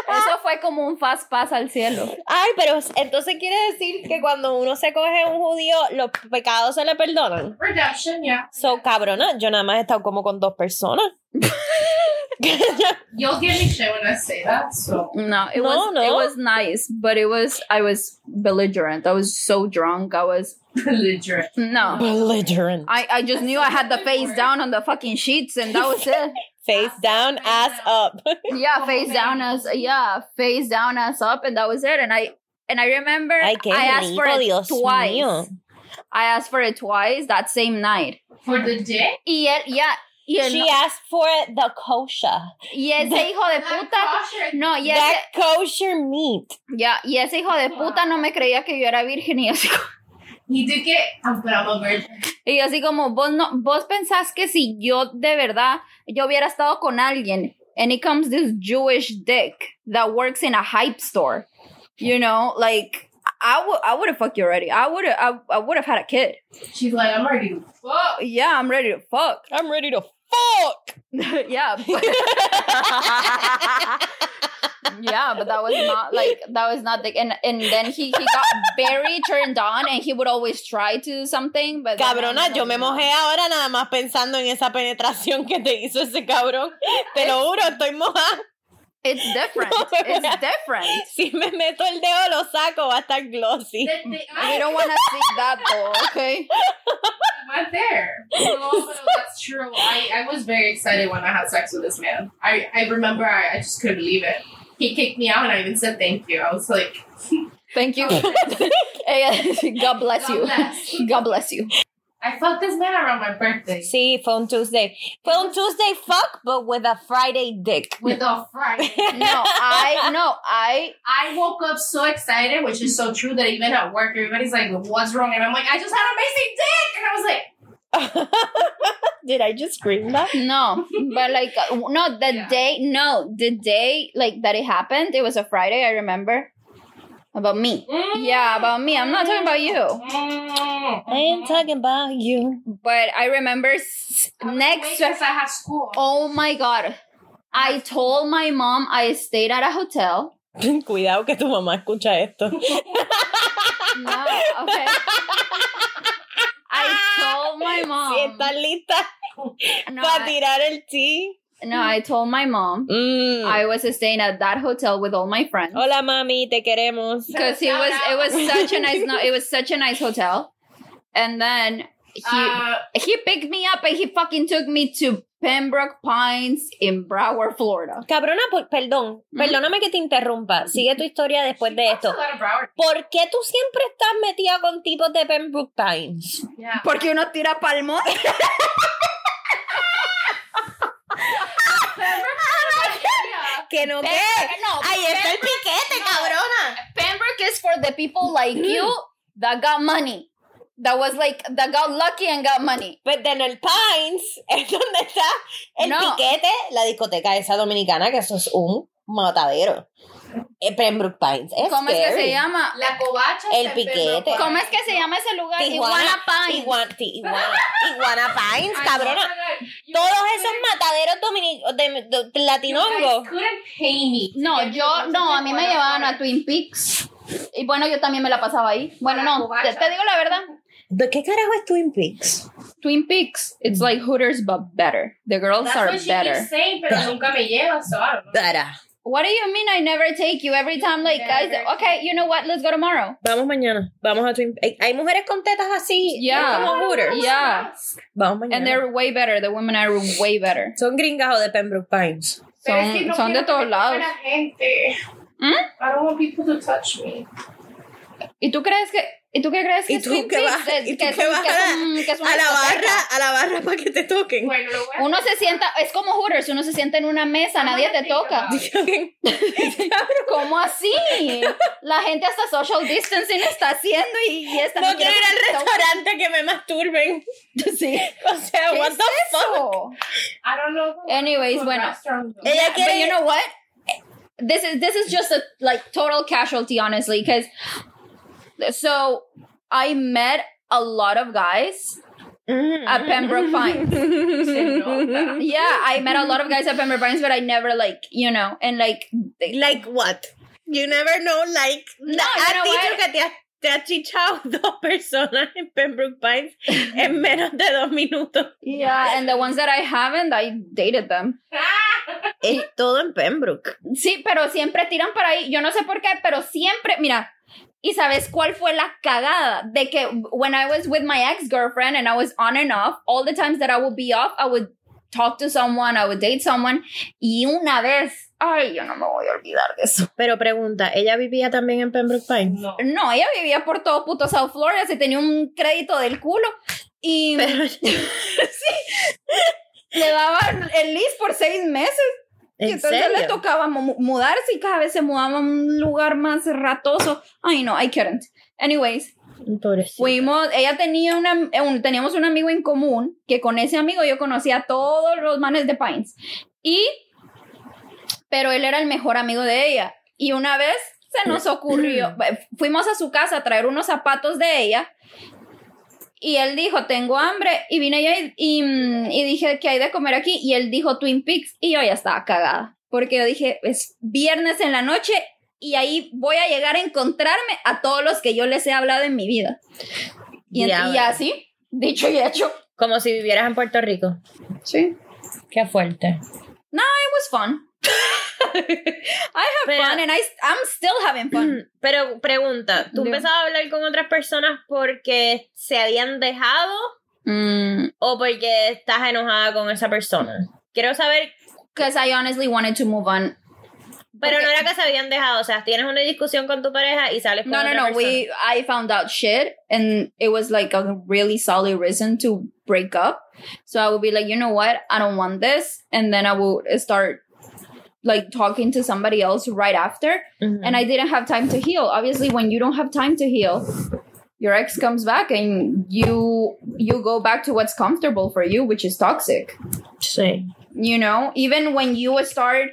Speaker 3: Eso fue como un fast pass al cielo.
Speaker 2: Ay, pero entonces quiere decir que cuando uno se coge un judío, los pecados se le perdonan.
Speaker 1: Redemption, yeah.
Speaker 2: So, cabrona, yo nada más he estado como con dos personas.
Speaker 1: You'll give me shit when I say that, so.
Speaker 3: No, it
Speaker 2: No,
Speaker 3: was
Speaker 2: no.
Speaker 3: it was nice, but it was I was belligerent. I was so drunk. I was
Speaker 1: Belligerent.
Speaker 3: no.
Speaker 2: Belligerent.
Speaker 3: I, I just knew I had the face down on the fucking sheets and that was it.
Speaker 2: Face down, ass up.
Speaker 3: Yeah, face down as yeah, face down as up and that was it. And I and I remember
Speaker 2: Ay, qué
Speaker 3: I asked for
Speaker 2: rico,
Speaker 3: it
Speaker 2: Dios
Speaker 3: twice.
Speaker 2: mío.
Speaker 3: I asked for it twice that same night.
Speaker 1: For the dick?
Speaker 3: Y él, yeah, y él,
Speaker 2: She asked for the kosher.
Speaker 3: y ese hijo de puta. No, y ese,
Speaker 2: That kosher meat.
Speaker 3: ya, y ese hijo de puta no me creía que yo era virgen y así
Speaker 1: He did get. I'm, but I'm a virgin.
Speaker 3: Y yo así como, vos no, vos pensás que si yo de verdad, yo hubiera estado con alguien, and it comes this Jewish dick that works in a hype store, you know, like, I would, I would have fucked you already. I would have, I, I would have had a kid.
Speaker 1: She's like, I'm already. Whoa.
Speaker 3: Yeah, I'm ready to fuck.
Speaker 2: I'm ready to fuck.
Speaker 3: yeah. but- yeah, but that was not like that was not the and and then he he got very turned on and he would always try to do something, but then-
Speaker 2: Cabrona, yo me mojé ahora nada más pensando en esa penetración que te hizo ese cabrón. Te lo juro, estoy mojada.
Speaker 3: It's different.
Speaker 2: No, me voy a-
Speaker 3: it's different.
Speaker 2: Si me meto el dedo, lo saco, va a estar glossy.
Speaker 1: The, the,
Speaker 3: We
Speaker 1: I
Speaker 3: don't want to see that though, okay?
Speaker 1: went there. No, but that's true. I, I was very excited when I had sex with this man. I, I remember I, I just couldn't believe it. He kicked me out and I even said thank you. I was like,
Speaker 3: Thank you.
Speaker 1: God
Speaker 3: Eh, God bless you.
Speaker 1: bless.
Speaker 3: God bless you.
Speaker 1: I fucked this man around my birthday.
Speaker 2: Sí, fue un Tuesday. Fue un Tuesday fuck, but with a Friday dick.
Speaker 1: With a friend.
Speaker 3: No, I no, I
Speaker 1: I woke up so excited, which is so true that even at work, everybody's like, what's wrong? And I'm like, I just had an amazing dick. And I was like,
Speaker 2: Did I just scream that?
Speaker 3: no, but like uh, no, the
Speaker 1: Yeah.
Speaker 3: day no, the day like that it happened, it was a Friday, I remember. About me.
Speaker 1: mm,
Speaker 3: Yeah, about me. I'm not talking about you.
Speaker 1: mm,
Speaker 2: I am talking about you.
Speaker 3: But I remember s-
Speaker 1: I was
Speaker 3: next
Speaker 1: awake 'cause I had school.
Speaker 3: Oh my god. I told my mom I stayed at a hotel. Oh
Speaker 2: Cuidado que tu mamá escucha esto.
Speaker 3: No, okay. I told my
Speaker 2: Si estás
Speaker 3: mom.
Speaker 2: lista
Speaker 3: No,
Speaker 2: para
Speaker 3: I,
Speaker 2: tirar el ti.
Speaker 3: no, I told my mom
Speaker 2: Mm. Oh,
Speaker 3: I was staying at that hotel with all my friends.
Speaker 2: Hola mami, te queremos.
Speaker 3: because he was it was such a nice no it was such a nice hotel and then he
Speaker 1: Uh,
Speaker 3: he picked me up and he fucking took me to pembroke pines in broward florida
Speaker 2: Cabrona, por- perdón,
Speaker 3: Mm.
Speaker 2: perdóname que te interrumpa. Sigue tu historia después de
Speaker 1: that's a
Speaker 2: esto.
Speaker 1: lot of Broward.
Speaker 2: ¿Por qué tú siempre estás metida con tipos de Pembroke Pines?
Speaker 1: Yeah.
Speaker 3: porque uno tira palmo
Speaker 1: Yeah.
Speaker 2: ¿Que no qué?
Speaker 3: no
Speaker 2: Ahí está el piquete, cabrona.
Speaker 3: pembroke is for the people like you that got money that was like that got lucky and got money
Speaker 2: Pues en el Pines es donde está el
Speaker 3: No.
Speaker 2: piquete, la discoteca esa dominicana, que eso es un matadero. Eh, Pembroke Pines. Es
Speaker 3: ¿Cómo es que se
Speaker 2: scary.
Speaker 3: llama?
Speaker 1: La covacha.
Speaker 2: El
Speaker 1: se
Speaker 2: piquete.
Speaker 1: enfermó.
Speaker 3: ¿Cómo es que se llama ese lugar?
Speaker 2: Tijuana,
Speaker 3: Iguana Pines.
Speaker 2: Iguana, ti- iguana, iguana Pines,
Speaker 1: I
Speaker 2: cabrona.
Speaker 1: know, like, you
Speaker 2: Todos
Speaker 1: guys
Speaker 2: esos
Speaker 1: couldn't-
Speaker 2: mataderos dominicanos de, de-
Speaker 1: you
Speaker 2: latinongos.
Speaker 1: guys couldn't pay me.
Speaker 3: No,
Speaker 1: Que
Speaker 3: yo,
Speaker 1: me
Speaker 3: no, a
Speaker 1: gusta
Speaker 3: mí me
Speaker 1: Tijuana.
Speaker 3: llevaban a Twin Peaks. Y bueno, yo también me la pasaba ahí. Bueno, no, te, te digo la verdad.
Speaker 2: ¿De qué carajo es Twin Peaks?
Speaker 3: Twin Peaks, it's like Hooters, but better. The girls
Speaker 1: That's
Speaker 3: are
Speaker 1: what she
Speaker 3: better.
Speaker 1: keeps saying, pero nunca me lleva, so I don't know.
Speaker 2: Dara.
Speaker 3: What do you mean I never take you? Every time, like, I say,
Speaker 1: Never.
Speaker 3: okay, you know what? Let's go tomorrow.
Speaker 2: Vamos mañana. Vamos a Twin Peaks. Hay mujeres con tetas así.
Speaker 3: Yeah.
Speaker 2: es Como Hooters.
Speaker 3: Yeah.
Speaker 2: Vamos mañana.
Speaker 3: And they're way better. The women are way better.
Speaker 2: Son gringas o de Pembroke Pines.
Speaker 1: Pero es que
Speaker 3: Son,
Speaker 1: no
Speaker 3: son
Speaker 1: quiero
Speaker 3: de todos
Speaker 1: que me toque
Speaker 3: lados.
Speaker 1: la gente.
Speaker 3: ¿Mm?
Speaker 1: I don't want people to touch me.
Speaker 3: ¿Y tú crees que.? ¿Y tú qué crees que
Speaker 2: ¿Y tú
Speaker 3: Twin
Speaker 2: qué
Speaker 3: Peaks
Speaker 2: vas-
Speaker 3: es-
Speaker 2: y tú
Speaker 3: que es
Speaker 2: qué
Speaker 3: un-
Speaker 2: vas
Speaker 3: que es
Speaker 2: a-
Speaker 3: un- que es una
Speaker 2: A la
Speaker 3: discoteca?
Speaker 2: barra, a la barra para que te toquen.
Speaker 1: Bueno, lo voy a
Speaker 3: Uno se sienta, es como Hooters, uno se sienta en una mesa,
Speaker 1: I'm
Speaker 3: nadie
Speaker 1: gonna
Speaker 3: te
Speaker 1: think
Speaker 3: toca.
Speaker 1: about it.
Speaker 3: ¿Cómo así? La gente hasta social distancing está haciendo y, y está
Speaker 2: No quiero ir al restaurante que me masturben.
Speaker 3: Sí.
Speaker 2: O sea,
Speaker 3: ¿Qué
Speaker 2: what
Speaker 3: es
Speaker 2: the fuck.
Speaker 3: eso?
Speaker 1: I don't know.
Speaker 3: Anyways, bueno.
Speaker 2: Ella
Speaker 3: Yeah, but
Speaker 2: quiere-
Speaker 3: you know what? This is this is just a like total casualty, honestly, because so I met a lot of guys at Pembroke Pines. Yeah, I met a lot of guys at Pembroke Pines, but I never like you know, and like
Speaker 2: Like what? You never know, like.
Speaker 3: No, you know
Speaker 2: has dicho
Speaker 3: what?
Speaker 2: que te has, te has chichado dos personas en Pembroke Pines en menos de dos minutos.
Speaker 3: yeah, and the ones that I haven't, I dated them.
Speaker 1: Ah,
Speaker 2: Es todo en Pembroke.
Speaker 3: Sí, pero siempre tiran para ahí. Yo no sé por qué, pero siempre, mira. ¿Y sabes cuál fue la cagada? De que when I was with my ex-girlfriend and I was on and off, all the times that I would be off, I would talk to someone, I would date someone. Y una vez, ay, yo no me voy a olvidar de eso.
Speaker 2: Pero pregunta, ¿ella vivía también en Pembroke Pines?
Speaker 1: No.
Speaker 3: No, ella vivía por todo puto South Florida, se tenía un crédito del culo. Y
Speaker 2: Pero
Speaker 3: le daban el list por seis meses. Y
Speaker 2: en
Speaker 3: entonces le
Speaker 2: serio.
Speaker 3: tocaba mu- mudarse y cada vez se mudaba a un lugar más ratoso. Ay, no, I couldn't. Anyways,
Speaker 2: Pobrecita.
Speaker 3: fuimos, ella tenía una, eh, un- teníamos un amigo en común, que con ese amigo yo conocía a todos los manes de Pines. Y, pero él era el mejor amigo de ella. Y una vez se nos ocurrió, eh, fuimos a su casa a traer unos zapatos de ella. Y él dijo, tengo hambre. Y vine yo y, y, mm, y dije, ¿qué hay de comer aquí? Y él dijo Twin Peaks. Y yo ya estaba cagada. Porque yo dije, es viernes en la noche y ahí voy a llegar a encontrarme a todos los que yo les he hablado en mi vida. Y, ent-
Speaker 2: Diablo.
Speaker 3: y así, dicho y hecho.
Speaker 2: Como si vivieras en Puerto Rico.
Speaker 3: Sí.
Speaker 2: Qué fuerte.
Speaker 3: It was fun. I have
Speaker 2: Pero-
Speaker 3: fun and I, I'm still having fun.
Speaker 2: Pero pregunta, ¿tú
Speaker 3: Dios.
Speaker 2: empezabas a hablar con otras personas porque se habían dejado
Speaker 3: Mm,
Speaker 2: o porque estás enojada con esa persona? Quiero saber,
Speaker 3: Because I honestly wanted to move on.
Speaker 2: pero
Speaker 3: Porque-
Speaker 2: no era que se habían dejado, o sea, tienes una discusión con tu pareja y sales con
Speaker 3: No, no,
Speaker 2: otra
Speaker 3: no.
Speaker 2: persona.
Speaker 3: We I found out shit, and it was like a really solid reason to break up. So I would be like, you know what? I don't want this, and then I would start like talking to somebody else right after.
Speaker 2: Ujú.
Speaker 3: And I didn't have time to heal. Obviously, when you don't have time to heal, your ex comes back, and you you go back to what's comfortable for you, which is toxic
Speaker 2: Sí.
Speaker 3: you know even when you start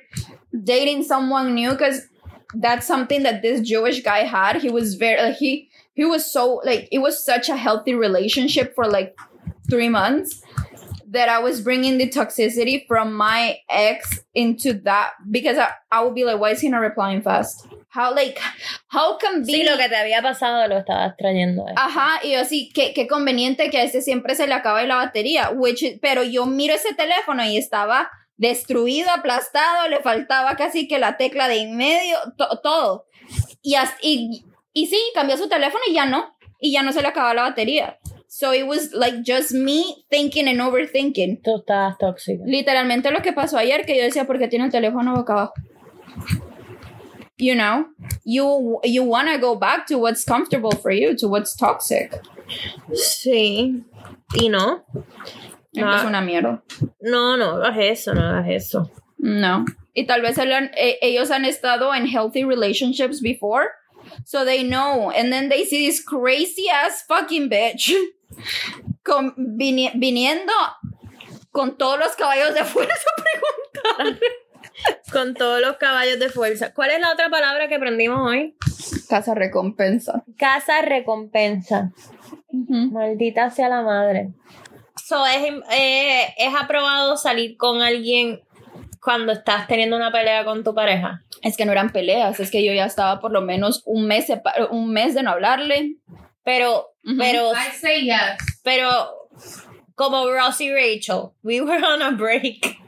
Speaker 3: dating someone new because that's something that this jewish guy had he was very like, he he was so like it was such a healthy relationship for like three months that i was bringing the toxicity from my ex into that because i, I would be like why is he not replying fast How like how can be
Speaker 2: Sí, lo que te había pasado lo estabas trayendo. eh.
Speaker 3: Ajá, y yo así, qué, qué conveniente que a este siempre se le acabe la batería. Which, is- pero yo miro ese teléfono y estaba destruido, aplastado, le faltaba casi que la tecla de en medio, to- todo. Y, as- y, y sí, cambió su teléfono y ya no. Y ya no se le acaba la batería. So it was like just me thinking and overthinking.
Speaker 2: Tú estabas tóxica.
Speaker 3: Literalmente lo que pasó ayer, que yo decía, ¿por qué tiene el teléfono boca abajo? You know, you you wanna go back to what's comfortable for you, to what's toxic.
Speaker 2: Sí. Y no. No,
Speaker 3: Es una mierda.
Speaker 2: no, no hagas eso, no hagas eso.
Speaker 3: No. Y tal vez él han- e- ellos han estado en healthy relationships before. So they know. And then they see this crazy ass fucking bitch. Con, vini- viniendo con todos los caballos de fuerza preguntando.
Speaker 2: Con todos los caballos de fuerza. ¿Cuál es la otra palabra que aprendimos hoy?
Speaker 3: Casa recompensa.
Speaker 2: Casa recompensa. Maldita sea la madre. So, es, eh, es aprobado salir con alguien cuando estás teniendo una pelea con tu pareja.
Speaker 3: Es que no eran peleas. Es que yo ya estaba por lo menos un mes, sepa- un mes de no hablarle.
Speaker 2: Pero,
Speaker 3: Ujú.
Speaker 2: pero,
Speaker 1: I say yes.
Speaker 2: pero, como Ross y Rachel, we were on a break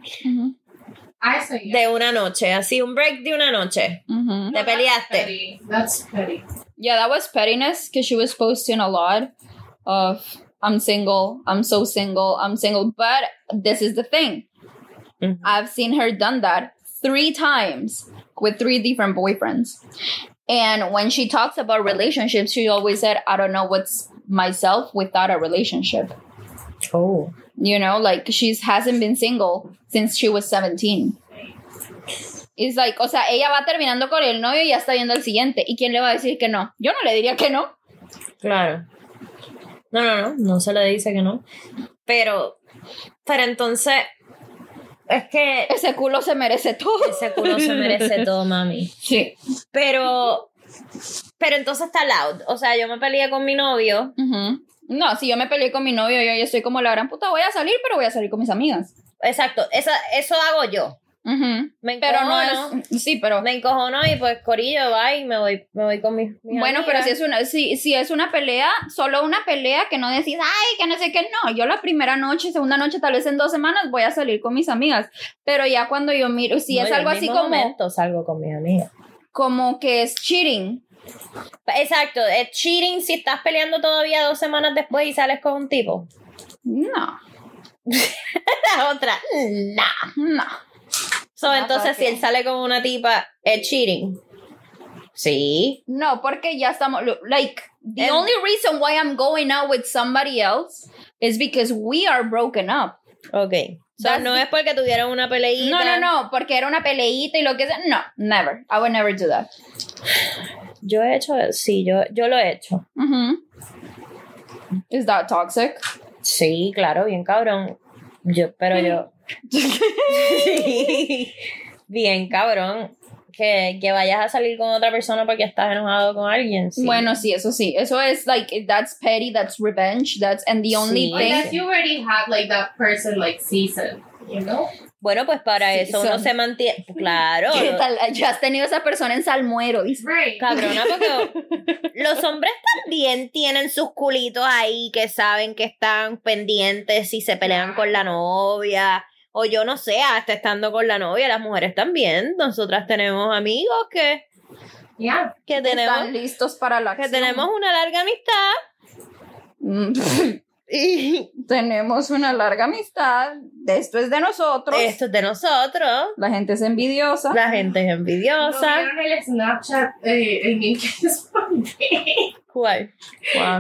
Speaker 1: I say yes.
Speaker 2: de una noche, así un break de una noche.
Speaker 1: No,
Speaker 2: Te
Speaker 1: that's
Speaker 2: peleaste.
Speaker 1: petty. That's petty.
Speaker 3: Yeah, that was pettiness because she was posting a lot of I'm single, I'm so single, I'm single. But this is the thing.
Speaker 2: Mhm.
Speaker 3: I've seen her done that three times with three different boyfriends. And when she talks about relationships, she always said, I don't know what's myself without a relationship.
Speaker 2: Oh.
Speaker 3: You know, like she's hasn't been single since she was 17. It's like, o sea, ella va terminando con el novio y ya está viendo el siguiente. ¿Y quién le va a decir que no? Yo no le diría que no.
Speaker 2: Claro. No, no, no, no se le dice que no. Pero, pero entonces, es que
Speaker 3: Ese culo se merece todo.
Speaker 2: ese culo se merece todo, mami.
Speaker 3: Sí.
Speaker 2: Pero, pero entonces está loud. O sea, yo me peleé con mi novio.
Speaker 3: Ujú. No, si yo me peleé con mi novio, yo ya estoy como la gran puta, voy a salir, pero voy a salir con mis amigas.
Speaker 2: Exacto, esa, eso hago yo.
Speaker 3: Ujú.
Speaker 2: Me
Speaker 3: Pero
Speaker 2: encojono,
Speaker 3: no es. Sí, pero.
Speaker 2: me encojono y pues corillo, va y me voy, me voy con mis, mis
Speaker 3: Bueno, pero
Speaker 2: amigas.
Speaker 3: si es una, si, si es una pelea, solo una pelea que no decís, ay, que no sé qué, no. Yo la primera noche, segunda noche, tal vez en dos semanas voy a salir con mis amigas. Pero ya cuando yo miro, si
Speaker 2: No,
Speaker 3: es
Speaker 2: yo
Speaker 3: algo
Speaker 2: al
Speaker 3: así
Speaker 2: mismo
Speaker 3: como,
Speaker 2: momento salgo con mis amigas.
Speaker 3: como que es cheating.
Speaker 2: Exacto, es cheating si estás peleando todavía dos semanas después y sales con un tipo.
Speaker 3: No,
Speaker 2: La otra, no.
Speaker 3: no.
Speaker 2: So,
Speaker 3: Ah,
Speaker 2: entonces,
Speaker 3: ok.
Speaker 2: si él sale con una tipa, es cheating. Sí.
Speaker 3: No, porque ya estamos lo- like the
Speaker 2: And-
Speaker 3: only reason why I'm going out with somebody else is because we are broken up.
Speaker 2: Ok. So,
Speaker 3: That's
Speaker 2: no
Speaker 3: the-
Speaker 2: es porque tuvieron una peleita.
Speaker 3: No, no, no, porque era una peleita y lo que sea. No, never. I would never do that.
Speaker 2: Yo he hecho, sí, yo, yo lo he hecho.
Speaker 3: Mhm. Is that toxic?
Speaker 2: Sí, claro, bien cabrón. Yo, pero yo. Sí. bien cabrón. Que, que vayas a salir con otra persona porque estás enojado con alguien. Sí.
Speaker 3: Bueno, sí, eso sí. Eso es like that's petty, that's revenge, that's and the only
Speaker 2: Sí.
Speaker 3: thing.
Speaker 1: Unless you already had like that person like season, you know?
Speaker 2: Bueno, pues para
Speaker 3: Sí,
Speaker 2: eso
Speaker 3: son-
Speaker 2: uno se mantiene. Claro.
Speaker 3: ¿Qué tal? Ya has tenido esa persona en salmuero. dice.
Speaker 1: Right.
Speaker 2: Cabrona, porque los hombres también tienen sus culitos ahí que saben que están pendientes si se pelean con la novia. O yo no sé, hasta estando con la novia, las mujeres también. Nosotras tenemos amigos que,
Speaker 1: Yeah.
Speaker 2: que
Speaker 3: Están
Speaker 2: tenemos
Speaker 3: listos para la
Speaker 2: que
Speaker 3: acción.
Speaker 2: tenemos una larga amistad.
Speaker 3: Mm,
Speaker 2: Y
Speaker 3: tenemos una larga amistad. Esto es de nosotros.
Speaker 2: esto es de nosotros.
Speaker 3: La gente es envidiosa.
Speaker 2: La gente es
Speaker 1: No
Speaker 2: envidiosa.
Speaker 1: vieron el Snapchat, eh, el meme que les mandé.
Speaker 2: ¿Cuál?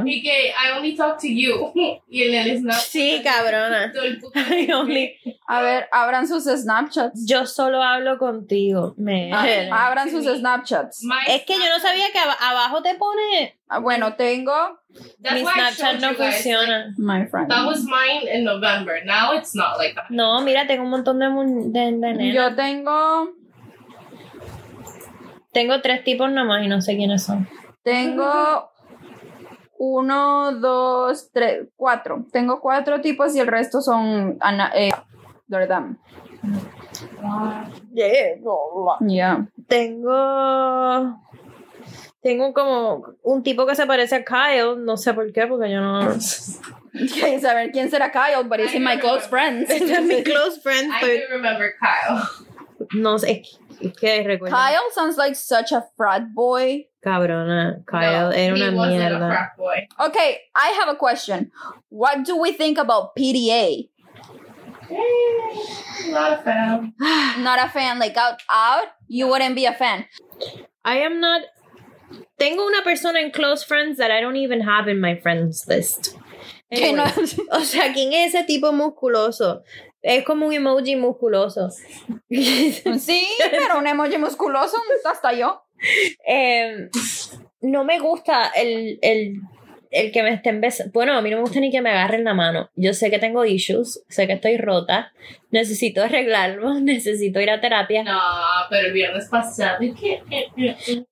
Speaker 1: Y que I only talk to you. Y en el Snapchat.
Speaker 2: Sí, cabrona.
Speaker 1: todo el puto-
Speaker 2: I only-
Speaker 3: A ver, abran sus Snapchats.
Speaker 2: Yo solo hablo contigo. Me-
Speaker 1: Ay, ah,
Speaker 3: Abran sus Snapchats.
Speaker 1: My
Speaker 2: es que yo no sabía que ab- abajo te pone
Speaker 3: Ah, Bueno, tengo
Speaker 1: That's
Speaker 2: Mi
Speaker 1: why I
Speaker 2: Snapchat
Speaker 1: showed
Speaker 2: no
Speaker 1: you guys.
Speaker 2: funciona.
Speaker 3: my friend.
Speaker 1: That was mine in November. Now it's not like that.
Speaker 2: No, mira, tengo un montón de, mu- de, de nenas.
Speaker 3: Yo tengo
Speaker 2: Tengo tres tipos nomás y no sé quiénes son.
Speaker 3: tengo uno, dos, tres, cuatro. Tengo cuatro tipos y el resto son ana- eh, ¿verdad?
Speaker 2: Yeah.
Speaker 3: Yeah.
Speaker 2: Tengo Tengo como un tipo que se parece a Kyle, no sé por qué, porque yo no.
Speaker 3: Quién saber quién será Kyle, but he's in my close friends.
Speaker 2: Este es mi close friend,
Speaker 1: I
Speaker 2: pero
Speaker 1: do remember Kyle.
Speaker 2: no sé, es que- es que recuerdo.
Speaker 3: Kyle sounds like such a frat boy.
Speaker 2: Cabrona, Kyle
Speaker 1: No,
Speaker 2: era una
Speaker 1: he wasn't a
Speaker 2: mierda.
Speaker 1: frat boy.
Speaker 3: Okay, I have a question. What do we think about PDA?
Speaker 1: Eh, not a fan.
Speaker 3: Not a fan, like out out, you wouldn't be a fan.
Speaker 2: I am not. Tengo una persona en close friends that I don't even have in my friends list.
Speaker 3: Que no-
Speaker 2: Anyway, o sea, ¿quién es ese tipo musculoso? Es como un emoji musculoso.
Speaker 3: sí, pero un emoji musculoso, hasta yo.
Speaker 2: Em, no me gusta el, el, el que me estén besando. Bueno, a mí no me gusta ni que me agarren la mano. Yo sé que tengo issues, sé que estoy rota, necesito arreglarlo, necesito ir a terapia.
Speaker 1: No, pero el viernes pasado. ¿qué?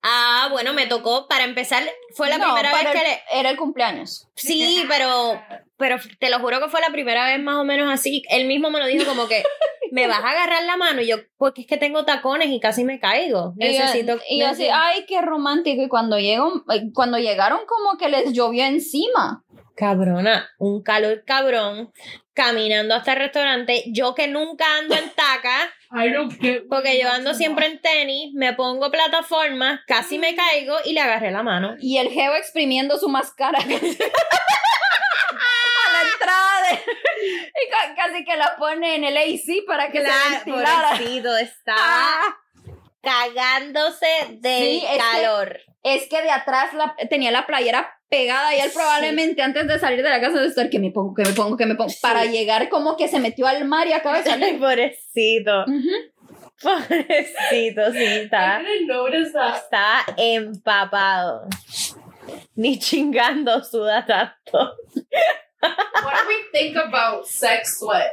Speaker 2: Ah, bueno, me tocó, para empezar, fue la
Speaker 3: No,
Speaker 2: primera vez
Speaker 3: para
Speaker 2: que
Speaker 3: el-
Speaker 2: le...
Speaker 3: Era el cumpleaños.
Speaker 2: Sí, pero,
Speaker 3: ah.
Speaker 2: pero te lo juro que fue la primera vez más o menos así. Él mismo me lo dijo como que me vas a agarrar la mano y yo, porque es que tengo tacones y casi me caigo.
Speaker 3: Y yo-
Speaker 2: Necesito...
Speaker 3: y yo así,
Speaker 2: necesito-
Speaker 3: ah. ay, qué romántico. Y cuando, llegaron, cuando llegaron, como que les llovió encima.
Speaker 2: Cabrona, un calor cabrón, caminando hasta el restaurante. Yo que nunca ando en taca,
Speaker 1: I don't get what
Speaker 2: porque yo
Speaker 1: you're
Speaker 2: ando
Speaker 1: talking
Speaker 2: siempre en tenis, me pongo plataformas, casi
Speaker 3: Mm.
Speaker 2: me caigo y le agarré la mano.
Speaker 3: Y el geo exprimiendo su máscara. a la entrada. de- y ca- casi que la pone en el AC para que se ventilara.
Speaker 2: estaba
Speaker 3: Ah,
Speaker 2: cagándose de
Speaker 3: Sí, es que-
Speaker 2: calor.
Speaker 3: es que de atrás la- tenía la playera pegada y él
Speaker 2: Sí.
Speaker 3: probablemente antes de salir de la casa de estar que me pongo, que me pongo, que me pongo. Para llegar como que se metió al mar y acaba de salir.
Speaker 2: pobrecito,
Speaker 3: Ujú.
Speaker 2: pobrecito, sí,
Speaker 1: about.
Speaker 2: está,
Speaker 1: I didn't notice that.
Speaker 2: está empapado. Ni chingando suda tanto.
Speaker 1: What do we think about sex sweat?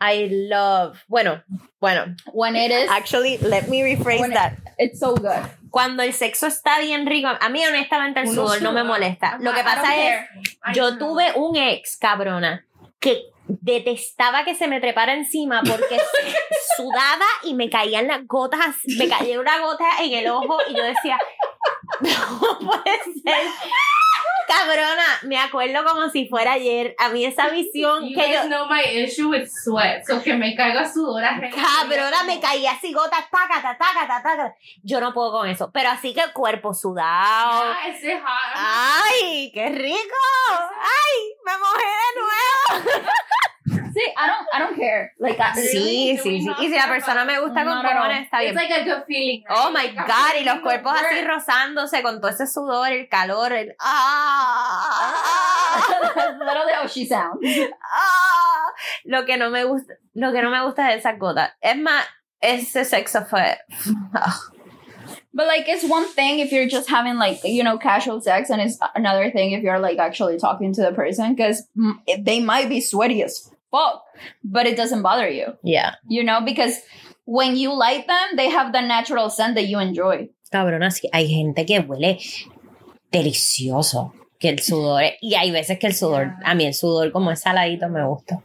Speaker 2: I love. Bueno, bueno,
Speaker 3: When it is,
Speaker 2: Actually, let me rephrase
Speaker 3: Bueno.
Speaker 2: that.
Speaker 3: it's so good.
Speaker 2: Cuando el sexo está bien rico, a mí honestamente el
Speaker 1: Uno
Speaker 2: sudor no me
Speaker 1: suda.
Speaker 2: molesta. Lo que
Speaker 3: I don't
Speaker 2: pasa es,
Speaker 3: care.
Speaker 1: I
Speaker 2: yo
Speaker 1: don't know.
Speaker 2: tuve un ex, cabrona, que detestaba que se me trepara encima porque s- sudaba y me caían las gotas, así- me caía una gota en el ojo y yo decía, no puede ser. Cabrona, me acuerdo como si fuera ayer. A mí esa visión
Speaker 1: You
Speaker 2: que yo...
Speaker 1: guys know my issue with sweat. So que me caiga sudor. ajeno.
Speaker 2: Cabrona, Ah, me caía así gotas, tacata, tacata, tacata. Yo no puedo con eso. Pero así que cuerpo sudado.
Speaker 1: Ah, is it hot?
Speaker 2: ¡Ay, qué rico! ¡Ay, me mojé de nuevo!
Speaker 3: Sí, I don't, I don't care. Like, I,
Speaker 2: Sí,
Speaker 1: Do
Speaker 2: sí,
Speaker 1: we
Speaker 2: sí.
Speaker 1: not
Speaker 2: Y si la
Speaker 1: care
Speaker 2: persona
Speaker 1: about-
Speaker 2: me gusta con
Speaker 3: No, no, no.
Speaker 2: cojones, está
Speaker 1: It's
Speaker 2: bien.
Speaker 1: like a good feeling. right?
Speaker 2: Oh my
Speaker 1: Like, I'm
Speaker 2: God, y los
Speaker 1: feeling
Speaker 2: cuerpos
Speaker 1: the
Speaker 2: así
Speaker 1: work.
Speaker 2: rozándose con todo ese sudor, el calor, el... ¡Ah!
Speaker 3: that's literally how she sounds.
Speaker 2: ¡Ah! Lo que no me gusta, lo que no me gusta es esas gotas. Es más, ese sexo fue...
Speaker 3: But like, it's one thing if you're just having like you know casual sex, and it's another thing if you're like actually talking to the person because they might be sweaty as fuck, but it doesn't bother you,
Speaker 2: Yeah.
Speaker 3: you know, because when you light them, they have the natural scent that you enjoy.
Speaker 2: Cabrona, sí, hay gente que huele delicioso. Que el sudor, es- y hay veces que el sudor, a mí el sudor como es saladito me gusta.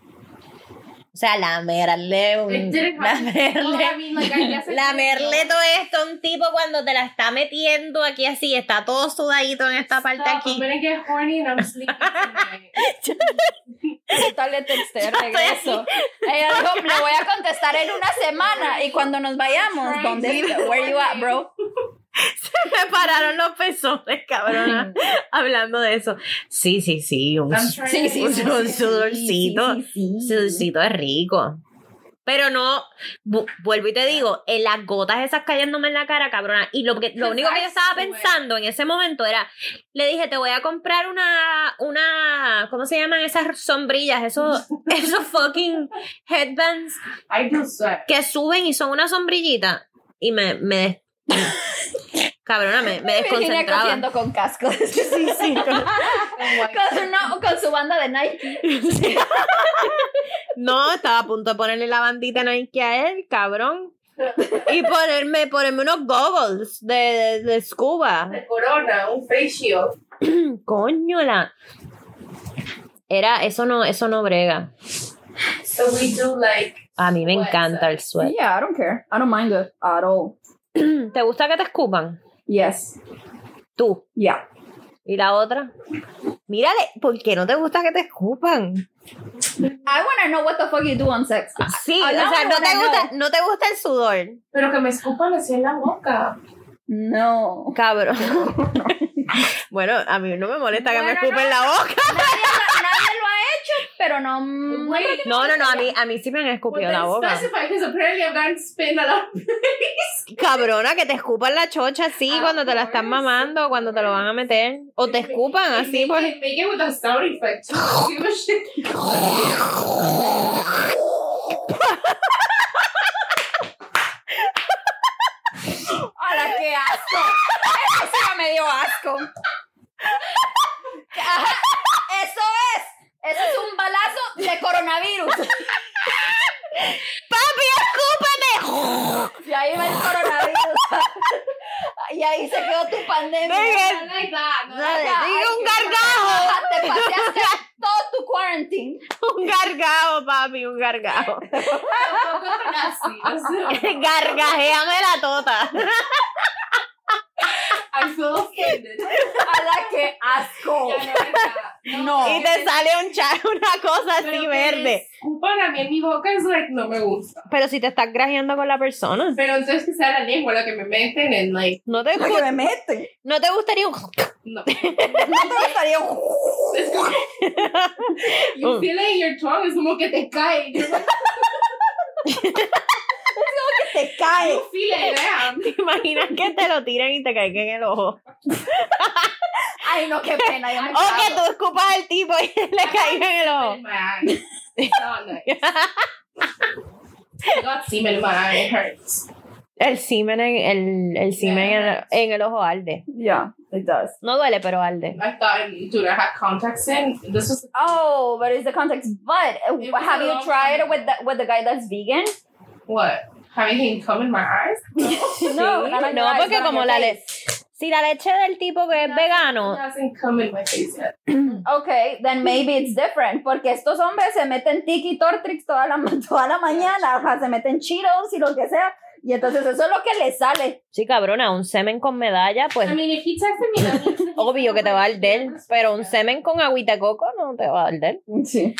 Speaker 2: O sea, lamerle,
Speaker 1: It
Speaker 2: un-
Speaker 1: didn't happen. Well, I
Speaker 2: lamerle,
Speaker 1: mean, like, I guess I
Speaker 2: lamerle
Speaker 1: didn't
Speaker 2: todo esto a un tipo cuando te la está metiendo aquí así, está todo sudadito en esta parte
Speaker 1: Stop, I'm
Speaker 2: aquí.
Speaker 1: gonna get horny and I'm sleeping tonight.
Speaker 3: Tal le texté,
Speaker 2: estoy
Speaker 3: regreso. Ella dijo, le voy a contestar en una semana y cuando nos vayamos,
Speaker 1: Right,
Speaker 3: ¿dónde?
Speaker 1: sí.
Speaker 3: Where you at, bro?
Speaker 2: Me pararon los pezones, cabrona, hablando de eso. Sí, sí, sí, un
Speaker 1: I'm trying
Speaker 3: Sí,
Speaker 1: to
Speaker 3: sí,
Speaker 1: get horny.
Speaker 2: un
Speaker 3: sí, sí, sí,
Speaker 2: sudorcito.
Speaker 3: sí, sí, sí.
Speaker 2: Sudorcito es rico. Pero no, vu- vuelvo y te digo, en las gotas esas cayéndome en la cara, cabrona. Y lo, que, lo único que yo estaba pensando en ese momento era, le dije, te voy a comprar una, una, ¿cómo se llaman esas sombrillas? Esos, esos fucking headbands
Speaker 1: I do sweat.
Speaker 2: que suben y son una sombrillita. Y me, me des- cabrona, me, me
Speaker 3: Virginia
Speaker 2: desconcentraba.
Speaker 3: cogiendo con casco.
Speaker 2: Sí, sí, con-
Speaker 1: Oh my
Speaker 3: con, su, no, con su banda de Nike.
Speaker 2: No, estaba a punto de ponerle la bandita Nike a él, cabrón. Y ponerme, ponerme unos goggles de, de, de scuba.
Speaker 1: The corona, un face shield.
Speaker 2: Coñola. Era, eso no, eso no brega.
Speaker 1: So we do like
Speaker 2: A mí me
Speaker 1: Puede
Speaker 2: encanta
Speaker 1: ser.
Speaker 2: el suelo.
Speaker 3: Yeah, I don't care. I don't mind it at all.
Speaker 2: ¿Te gusta que te escupan?
Speaker 3: Yes.
Speaker 2: Tú.
Speaker 4: Yeah.
Speaker 2: ¿Y la otra? Mírale, ¿por qué no te gusta que te escupan?
Speaker 3: I want to know what the fuck you do on sex.
Speaker 2: Sí,
Speaker 3: Ah,
Speaker 2: o
Speaker 3: no,
Speaker 2: sea, no te,
Speaker 3: no,
Speaker 2: gusta, no te gusta el sudor,
Speaker 1: Pero que me escupan así en la boca.
Speaker 3: No.
Speaker 2: cabrón. bueno, a mí no me molesta que me
Speaker 3: Bueno,
Speaker 2: escupen
Speaker 3: no.
Speaker 2: la boca.
Speaker 3: nadie, lo, nadie lo ha hecho, pero no.
Speaker 1: Wait,
Speaker 2: Mm, No, no, no, a mí, a mí sí me han escupido la
Speaker 1: well,
Speaker 2: boca.
Speaker 1: then specify because apparently I've gotten spin a lot.
Speaker 2: Cabrona, que te escupan la chocha así
Speaker 1: Ah,
Speaker 2: cuando te la
Speaker 1: of
Speaker 2: están
Speaker 1: course,
Speaker 2: mamando, cuando te lo van a meter. O te escupan
Speaker 1: And
Speaker 2: así,
Speaker 1: make,
Speaker 2: por...
Speaker 1: it, make it with a sound effect. too. Give a shit.
Speaker 3: ¡Hala, qué asco! Eso sí que me dio asco. Ajá, Ah, Eso es. Eso es un balazo de coronavirus.
Speaker 2: ¡Papi, escúpame!
Speaker 3: Y ahí va el coronavirus. Y ahí se quedó tu pandemia.
Speaker 2: Ven,
Speaker 1: Not like that. not
Speaker 2: Dale,
Speaker 1: like that.
Speaker 2: diga un
Speaker 3: Ajá,
Speaker 2: gargajo.
Speaker 3: Te paseaste todo tu quarantine.
Speaker 2: Un gargajo, papi, un gargajo.
Speaker 1: Tampoco nasty. That's not-
Speaker 2: Gargajeame la tota.
Speaker 1: I feel offended.
Speaker 3: ¡Hala, qué asco!
Speaker 1: Ya, no, like that.
Speaker 3: No.
Speaker 2: Y te sale un cha- una cosa
Speaker 1: Pero
Speaker 2: así
Speaker 1: que
Speaker 2: verde.
Speaker 1: Escupan a mí en mi boca es like, no me gusta.
Speaker 2: Pero si te estás grajeando con la persona,
Speaker 1: Pero entonces que sea la lengua la que me meten en like,
Speaker 2: no te,
Speaker 4: Que me meten.
Speaker 2: no te gustaría un...
Speaker 4: No
Speaker 1: no.
Speaker 4: te gustaría un...
Speaker 1: Es como- you
Speaker 2: Mm.
Speaker 1: feel like your tongue es como que te cae. You're like,
Speaker 4: Te cae.
Speaker 1: You feel it, eh, damn.
Speaker 2: ¿Te imaginas que te lo tiran y te caigan en el ojo?
Speaker 3: Ay, no, qué pena. Yo me
Speaker 2: O que tú escupas al tipo y le caiga en el ojo.
Speaker 1: In my eye. It's not nice. I got semen in my eye. It hurts.
Speaker 2: El semen, en, el, el semen en, el- en el ojo arde.
Speaker 4: Yeah, it does.
Speaker 2: No duele, pero arde.
Speaker 1: I've gotten, dude, I had contacts in. This was
Speaker 3: Oh, but it's the context. But uh,
Speaker 1: It was
Speaker 3: have
Speaker 1: a
Speaker 3: you
Speaker 1: long
Speaker 3: tried
Speaker 1: time.
Speaker 3: it with the with the guy that's vegan?
Speaker 1: what? Having him come in my eyes?
Speaker 2: Sí,
Speaker 3: not on
Speaker 2: no,
Speaker 3: your eyes,
Speaker 2: porque
Speaker 3: not on
Speaker 2: como
Speaker 3: your
Speaker 2: la le...
Speaker 3: face.
Speaker 2: Si la leche del tipo que es
Speaker 1: It
Speaker 2: vegano...
Speaker 1: hasn't come in my face yet.
Speaker 3: Okay, then maybe it's different. Porque estos hombres se meten tiki tortrix toda la, ma- toda la mañana, ajá, se meten cheetos y lo que sea. Y entonces eso es lo que les sale.
Speaker 2: Sí, cabrona, un semen con medalla, pues...
Speaker 1: I mean, if he texted me, that means that he's
Speaker 2: Obvio que te va a arder,
Speaker 1: Yeah.
Speaker 2: pero un semen con agüita de coco no te va a arder.
Speaker 4: Sí.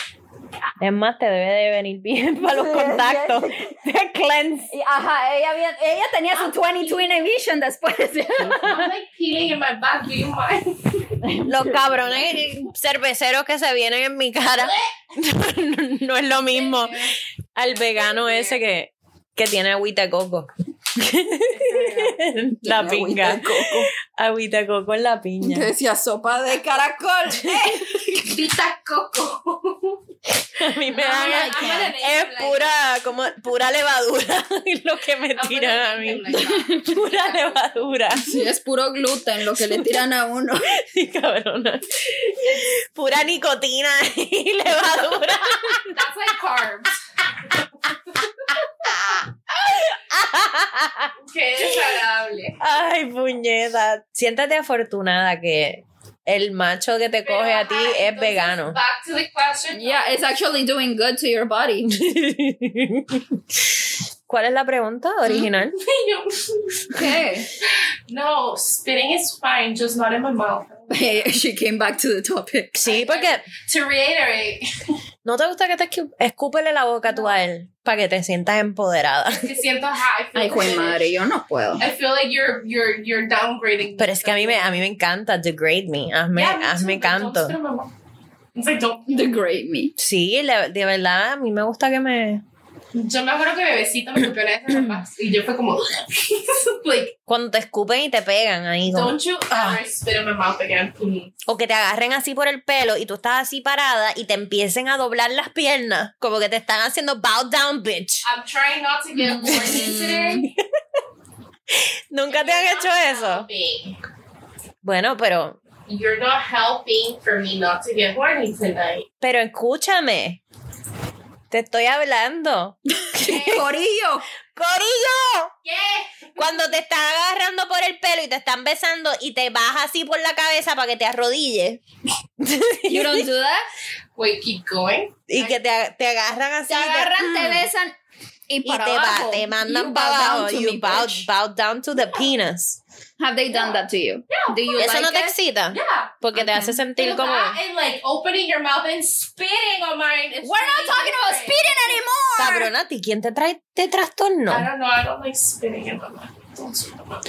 Speaker 2: Es más, te debe de venir bien para los
Speaker 4: Sí,
Speaker 2: contactos. Te cleanse.
Speaker 3: Y, ajá, ella, había- ella tenía su 2020 vision después.
Speaker 1: I'm like peeling in my back. Do you mind?
Speaker 2: Los cabrones cerveceros que se vienen en mi cara. No, es lo mismo al vegano ese que, que tiene agüita de coco. la
Speaker 4: Agüita
Speaker 2: pinga.
Speaker 4: de coco.
Speaker 2: Agüita de coco en la piña.
Speaker 4: Que decía sopa de caracol.
Speaker 1: Vita Coco.
Speaker 2: A mí
Speaker 1: No,
Speaker 2: me dan.
Speaker 1: like that.
Speaker 2: Es pura, como, pura levadura lo que me
Speaker 1: I'm
Speaker 2: tiran a
Speaker 1: gonna
Speaker 2: mí.
Speaker 1: eat him like that.
Speaker 2: Pura levadura.
Speaker 4: Sí, es puro gluten lo que le tiran a uno.
Speaker 2: Sí, cabrona. Pura nicotina y levadura.
Speaker 1: That's like carbs. Qué desagradable.
Speaker 2: Ay, puñeta. Siéntate afortunada que el macho que te
Speaker 1: Pero,
Speaker 2: coge a
Speaker 1: ajá,
Speaker 2: ti es
Speaker 1: entonces,
Speaker 2: vegano. eh.
Speaker 1: Back to the question.
Speaker 4: Yeah, it's actually doing good to your body.
Speaker 2: ¿Cuál es la pregunta original?
Speaker 4: Okay.
Speaker 1: no, spitting is fine, just not in my mouth.
Speaker 4: She came back to the topic.
Speaker 2: Sí, porque
Speaker 1: To reiterate,
Speaker 2: no te gusta que te escu- escúpele la boca tú a él para que te sientas empoderada.
Speaker 1: que siento high.
Speaker 4: Ay, jue madre, yo no puedo.
Speaker 1: I feel like you're you're you're downgrading.
Speaker 2: Pero es que a mí me, a mí me encanta degrade me, hazme,
Speaker 1: Yeah, me too,
Speaker 2: hazme
Speaker 1: but don't
Speaker 2: canto.
Speaker 1: spit in my mouth. It's like, don't.
Speaker 4: Degrade me.
Speaker 2: Sí, la- de verdad, a mí me gusta que me...
Speaker 1: Yo me acuerdo que Bebecito me copió una de esas papás y yo fue como, like,
Speaker 2: Cuando te escupen y te pegan ahí. como-
Speaker 1: don't you
Speaker 2: Ah.
Speaker 1: ever spit in my mouth again, please.
Speaker 2: O que te agarren así por el pelo y tú estás así parada y te empiecen a doblar las piernas. Como que te están haciendo bow down, bitch.
Speaker 1: I'm trying not to get horny today.
Speaker 2: Mm. ¿Nunca te han hecho eso?
Speaker 1: Helping.
Speaker 2: Bueno, pero...
Speaker 1: You're not helping for me not to get horny tonight.
Speaker 2: Pero escúchame. Te estoy hablando.
Speaker 4: Corillo.
Speaker 2: ¡Corillo!
Speaker 1: Yeah.
Speaker 2: Cuando te están agarrando por el pelo y te están besando y te vas así por la cabeza para que te arrodilles.
Speaker 3: You don't do that.
Speaker 1: Wait, keep going.
Speaker 2: Y que te, te agarran así.
Speaker 3: Te agarran, te
Speaker 2: Mm.
Speaker 3: besan.
Speaker 5: y
Speaker 2: Y te,
Speaker 5: para
Speaker 2: ba-
Speaker 5: abajo.
Speaker 2: te mandan
Speaker 5: You
Speaker 2: para
Speaker 5: bow down
Speaker 2: abajo.
Speaker 5: to
Speaker 2: You
Speaker 5: me,
Speaker 2: bow,
Speaker 5: bitch.
Speaker 2: bow down to the penis.
Speaker 5: Have they done that to you? Do you
Speaker 2: Eso
Speaker 5: like
Speaker 2: no te
Speaker 5: it?
Speaker 2: excita.
Speaker 1: Yeah.
Speaker 2: Porque te eh,
Speaker 5: Ok.
Speaker 2: hace sentir
Speaker 1: Pero
Speaker 2: como.
Speaker 1: that and like opening your mouth and spitting on mine. is
Speaker 5: We're not
Speaker 1: really
Speaker 5: talking about
Speaker 1: different.
Speaker 5: speeding anymore.
Speaker 2: Cabrona, ¿a ti quién te trae te
Speaker 1: I
Speaker 2: trastorno?
Speaker 1: don't know. I don't like spitting in my mouth. Don't spit in my mouth.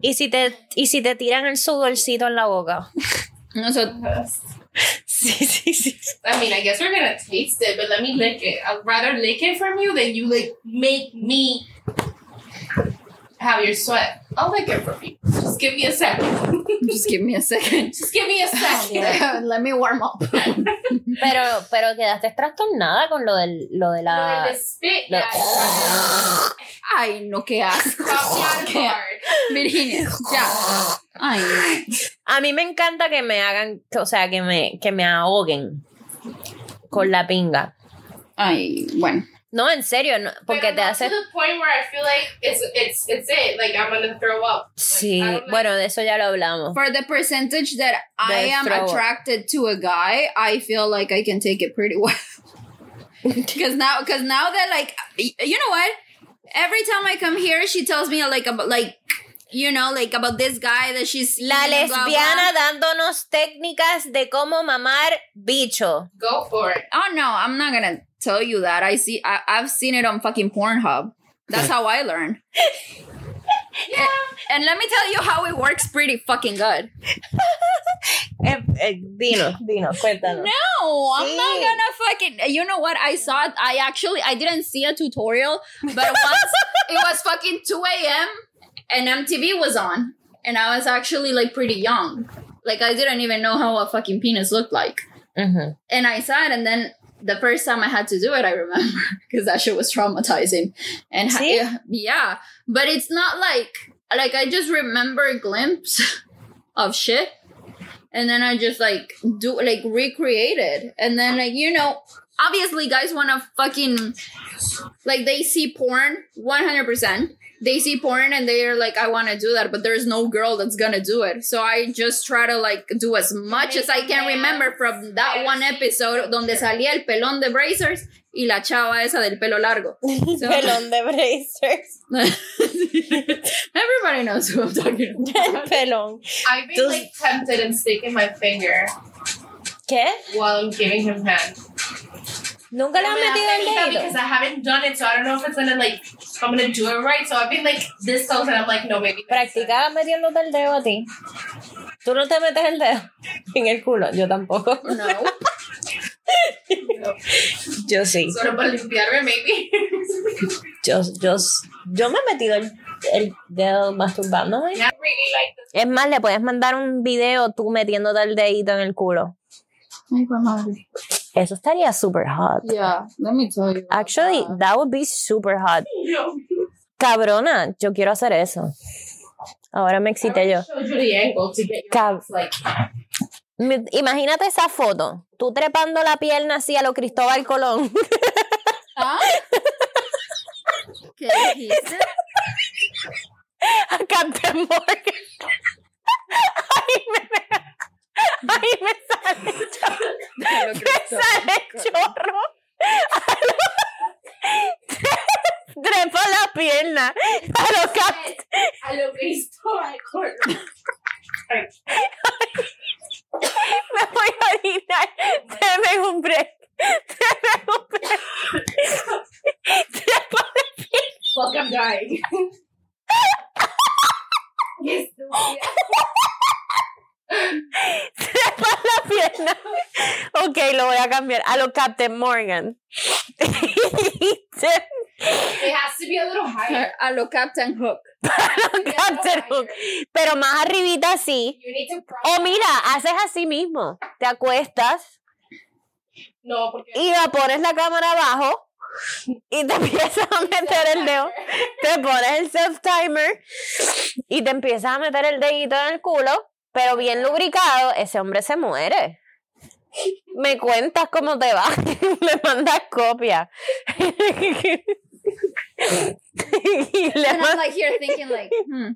Speaker 2: ¿Y si, te, y si te tiran el sudorcito en la boca.
Speaker 5: No, so
Speaker 2: Sí, sí, sí.
Speaker 1: I mean, I guess we're gonna taste it, but let me lick it. I'd rather lick it from you than you like make me have your sweat. I'll lick it from you. Just give me a sec.
Speaker 3: Just give me a second.
Speaker 1: Just give me a sec.
Speaker 3: Let me warm up.
Speaker 2: Pero, pero quedaste trastornada con lo, del, lo de
Speaker 1: No,
Speaker 2: la.
Speaker 1: the spit.
Speaker 2: No.
Speaker 1: Yeah, it's-
Speaker 3: Ay, no, qué asco.
Speaker 1: Caught me out of guard.
Speaker 3: Virginia, ya. Ay, no.
Speaker 2: A mí me encanta que me hagan, o sea, que me, que me ahoguen con la pinga.
Speaker 3: ay, bueno.
Speaker 2: No, en serio, no, porque
Speaker 1: Pero
Speaker 2: te
Speaker 1: not
Speaker 2: hace.
Speaker 1: to the point where I feel like it's it's it's it. Like I'm gonna throw up. Like,
Speaker 2: Sí,
Speaker 1: I don't like-
Speaker 2: bueno, de eso ya lo hablamos.
Speaker 3: For the percentage that I
Speaker 2: The
Speaker 3: am
Speaker 2: throw up.
Speaker 3: attracted to a guy, I feel like I can take it pretty well. Because now, because now that like, y- you know what? Every time I come here, she tells me like about like, you know, like about this guy that she's
Speaker 2: La
Speaker 3: blah, blah, blah.
Speaker 2: lesbiana dándonos técnicas de cómo mamar bicho.
Speaker 1: go for it.
Speaker 3: Oh no, I'm not gonna tell you that. I see. I, I've seen it on fucking Pornhub. That's how I learn.
Speaker 1: Yeah.
Speaker 3: And let me tell you how it works pretty fucking good.
Speaker 2: Eh, eh, dinos, dinos, cuéntanos.
Speaker 3: No, I'm not
Speaker 2: Sí.
Speaker 3: gonna fucking. You know what? I saw. it- I actually I didn't see a tutorial, but once it was fucking two a.m. and MTV was on, and I was actually like pretty young. Like I didn't even know how a fucking penis looked like,
Speaker 2: Ujú.
Speaker 3: and I saw it, and then. The first time I had to do it, I remember because that shit was traumatizing, and ha-
Speaker 2: See?
Speaker 3: yeah, but it's not like like I just remember a glimpse of shit, and then I just like do like recreate it, and then like you know, obviously guys want to fucking like they see porn one hundred percent. They see porn and they're like, I want to do that, but there's no girl that's gonna do it. So I just try to like do as much as I can remember from that one episode donde salía el pelón de bracers y la chava esa del pelo largo. So-
Speaker 2: Pelón de bracers.
Speaker 3: Everybody knows who I'm talking about.
Speaker 2: El pelón.
Speaker 1: I've been
Speaker 2: Does-
Speaker 1: like tempted and sticking my finger
Speaker 2: ¿Qué?
Speaker 1: while I'm giving him hand.
Speaker 2: ¿Nunca le
Speaker 1: I'm
Speaker 2: has
Speaker 1: gonna
Speaker 2: metido
Speaker 1: have to do that
Speaker 2: el
Speaker 1: because
Speaker 2: dedo?
Speaker 1: I haven't done it, so I don't know if it's gonna like if I'm gonna do it right. So I've been like this close, and I'm like, no, maybe. that's it.
Speaker 2: Practicaba metiéndote el dedo a ti. Tú no te metes el dedo en el culo. Yo tampoco.
Speaker 1: No.
Speaker 3: No.
Speaker 2: Yo sí.
Speaker 1: Sort of limpiarme, maybe.
Speaker 2: Yo, yo, yo me he metido el, el dedo masturbándome.
Speaker 1: yeah, I really like this.
Speaker 2: Es más, le puedes mandar un video tú metiéndote el dedito en el culo. Eso estaría super hot.
Speaker 3: Yeah, let me tell you.
Speaker 2: Actually,
Speaker 3: Ah.
Speaker 2: that would be super hot.
Speaker 1: No.
Speaker 2: Cabrona, yo quiero hacer eso. Ahora me excité yo.
Speaker 1: showed you the angle to get your
Speaker 2: Cab-
Speaker 1: ass, like
Speaker 2: Mi- Imagínate esa foto. Tú trepando la pierna así a lo Cristóbal Colón.
Speaker 3: ¿Ah? ¿Qué dijiste?
Speaker 2: a Captain Morgan. Ay, me, ay, me sale el chorro. Me sale el chorro. Trepo la pierna. A lo Cap-
Speaker 1: a lo que hizo al corno.
Speaker 2: me voy a orinar. Deme un break. Deme un break. Trepo la pierna.
Speaker 1: Fuck, I'm dying. yes, Sylvia.
Speaker 2: Trepo la pierna. Ok, lo voy a cambiar. A lo Captain Morgan. Y te-
Speaker 1: it has to be a little higher.
Speaker 3: A lo Captain Hook.
Speaker 2: Captain Hook. Pero más arribita así.
Speaker 1: You need to
Speaker 2: O
Speaker 1: cross.
Speaker 2: mira, haces así mismo. Te acuestas
Speaker 1: No, porque
Speaker 2: y la pones la cámara abajo y te empiezas a meter el dedo. Te pones el self-timer y te empiezas a meter el dedito en el culo, pero bien lubricado, ese hombre se muere. Me cuentas cómo te va. Me mandas copia. Y le
Speaker 3: And I'm
Speaker 2: mandas-
Speaker 3: like here thinking like, hmm.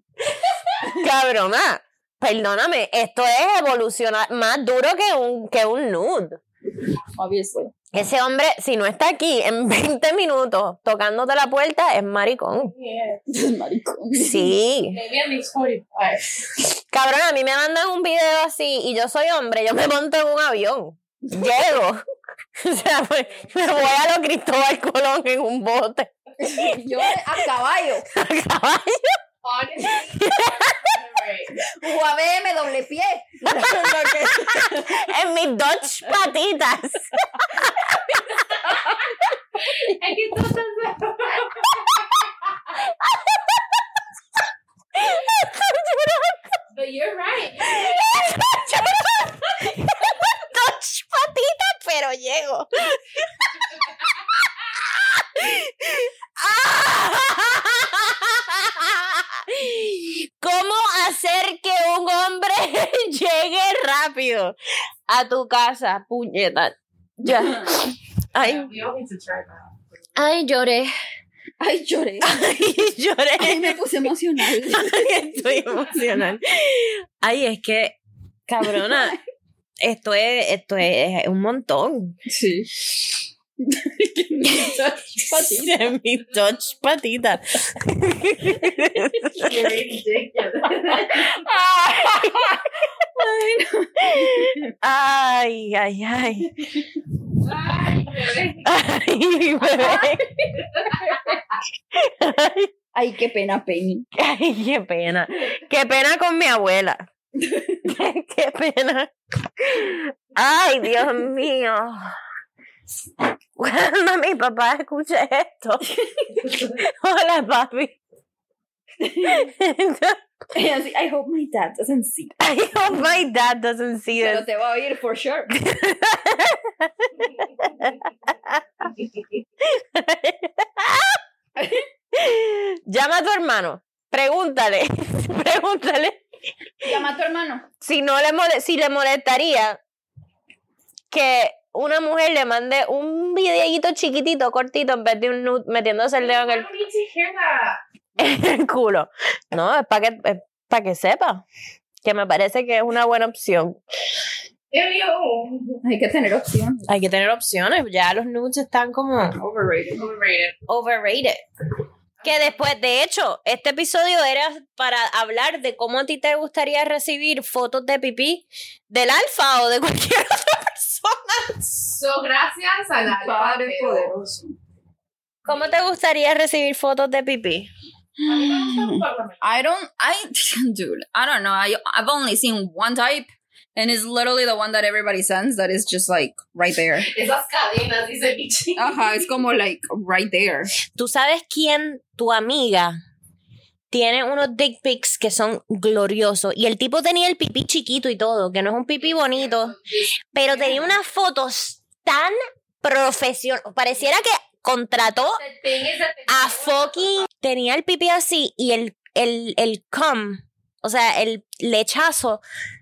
Speaker 2: Cabrona, perdóname, esto es evolucionar más duro que un, que un nude.
Speaker 3: Obviously.
Speaker 2: Ese hombre, si no está aquí en 20 minutos tocándote la puerta, es maricón.
Speaker 1: Yeah.
Speaker 2: Sí.
Speaker 1: Maybe at least 45.
Speaker 2: Cabrón, a mí me mandan un video así y yo soy hombre, yo me monto en un avión. Llego. O sea, pues, me voy a lo Cristóbal Colón en un bote.
Speaker 3: Yo a caballo.
Speaker 2: a caballo.
Speaker 1: Honestly, right.
Speaker 3: UABM doble pie.
Speaker 2: en mis dos patitas.
Speaker 1: I can do that. But you're right.
Speaker 2: dos patitas, pero llego. ¿Cómo hacer que un hombre llegue rápido a tu casa, puñeta? Ya. Ay,
Speaker 1: We all need to try that.
Speaker 2: ay, lloré.
Speaker 3: Ay, lloré.
Speaker 2: Ay,
Speaker 3: Ay,
Speaker 2: lloré.
Speaker 3: me puse emocional.
Speaker 2: Estoy emocional. Ay, es que, cabrona, esto es, esto es, es un montón.
Speaker 3: Sí.
Speaker 2: Patitas. Mi touch patita.
Speaker 1: You're ridiculous.
Speaker 2: Ay, ay, ay.
Speaker 1: Ay, bebé.
Speaker 2: Ay, mi bebé. Ay,
Speaker 3: Ay, qué pena, Penny.
Speaker 2: ay, qué pena. Qué pena con mi abuela. Qué pena. Ay, Dios mío. Cuando mi papá escuche esto. Hola, papi.
Speaker 3: Y así, I hope my dad doesn't see.
Speaker 2: I hope my dad doesn't see
Speaker 3: Pero
Speaker 2: this.
Speaker 3: te va a oír for sure.
Speaker 2: Llama a tu hermano. Pregúntale. Pregúntale
Speaker 3: Llama a tu hermano.
Speaker 2: si no le mole- si le molestaría que una mujer le mande un videíto chiquitito, cortito, en vez de un nude metiéndose el dedo en
Speaker 1: I
Speaker 2: el,
Speaker 1: don't need to hear that.
Speaker 2: en el culo. No, es para que, es pa' que sepa. Que me parece que es una buena opción.
Speaker 1: Ew.
Speaker 3: Hay que tener opción.
Speaker 2: Hay que tener opciones. Ya los nudes están como.
Speaker 3: Overrated.
Speaker 1: Overrated.
Speaker 2: overrated. Que después, de hecho, este episodio era para hablar de cómo a ti te gustaría recibir fotos de pipí del alfa o de cualquier otra persona.
Speaker 1: So, gracias a la
Speaker 3: Padre
Speaker 1: pero-
Speaker 3: poderoso.
Speaker 2: ¿Cómo te gustaría recibir fotos de pipí?
Speaker 1: A mí me gusta un poco más.
Speaker 4: I don't. I dude. I don't know. I I've only seen one type, and it's literally the one that everybody sends. That is just like right there.
Speaker 1: Esas cadenas, dice mi chica.
Speaker 4: Ajá, it's como like right there.
Speaker 2: ¿Tú sabes quién tu amiga tiene unos dick pics que son gloriosos? Y el tipo tenía el pipí chiquito y todo, que no es un pipí bonito, pero tenía unas fotos tan profesionales. Pareciera que contrató
Speaker 1: The thing is that the-
Speaker 2: a fucking tenía el pipí así y el el el cum, o sea, el lechazo,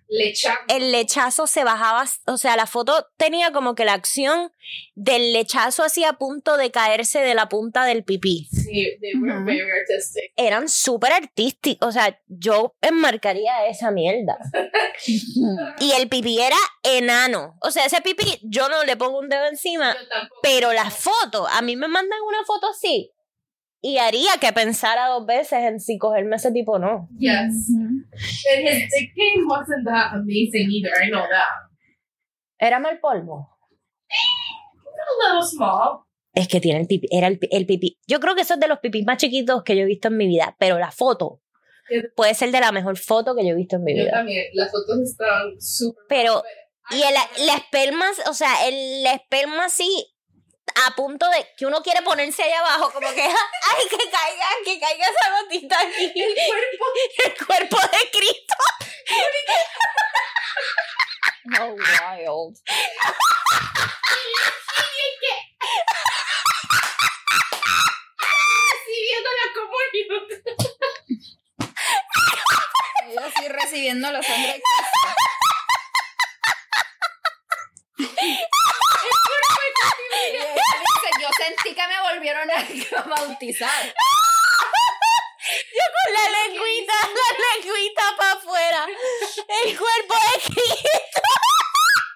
Speaker 1: Le echamos.
Speaker 2: el lechazo se bajaba, o sea, la foto tenía como que la acción del lechazo así a punto de caerse de la punta del pipí.
Speaker 1: Sí, they were
Speaker 3: Ujú.
Speaker 1: very artistic.
Speaker 2: Eran súper artísticos, o sea, yo enmarcaría esa mierda. Y el pipí era enano, o sea, ese pipí yo no le pongo un dedo encima,
Speaker 1: Yo tampoco.
Speaker 2: pero la foto, a mí me mandan una foto así y haría que pensara dos veces en si cogerme ese tipo o no.
Speaker 1: Yes. And his dick game wasn't that amazing either. I know that.
Speaker 2: Era mal polvo.
Speaker 1: A little small.
Speaker 2: Es que tiene el pipí, era el, pi- el pipí. Yo creo que eso es de los pipís más chiquitos que yo he visto en mi vida, pero la foto puede ser de la mejor foto que yo he visto en mi
Speaker 1: Yo
Speaker 2: vida.
Speaker 1: también. Las fotos están súper.
Speaker 2: Pero,
Speaker 1: Ay,
Speaker 2: y el, la esperma, o sea, el, la esperma así, a punto de que uno quiere ponerse allá abajo, como que, ay, que caiga, que caiga esa gotita aquí.
Speaker 1: El cuerpo.
Speaker 2: El cuerpo de Cristo.
Speaker 4: How wild.
Speaker 1: Así viéndola como yo.
Speaker 4: Yo estoy recibiendo la sangre.
Speaker 3: Yo sentí que me volvieron a bautizar.
Speaker 2: Yo con la lengüita, la lengüita para afuera. El cuerpo de Cristo.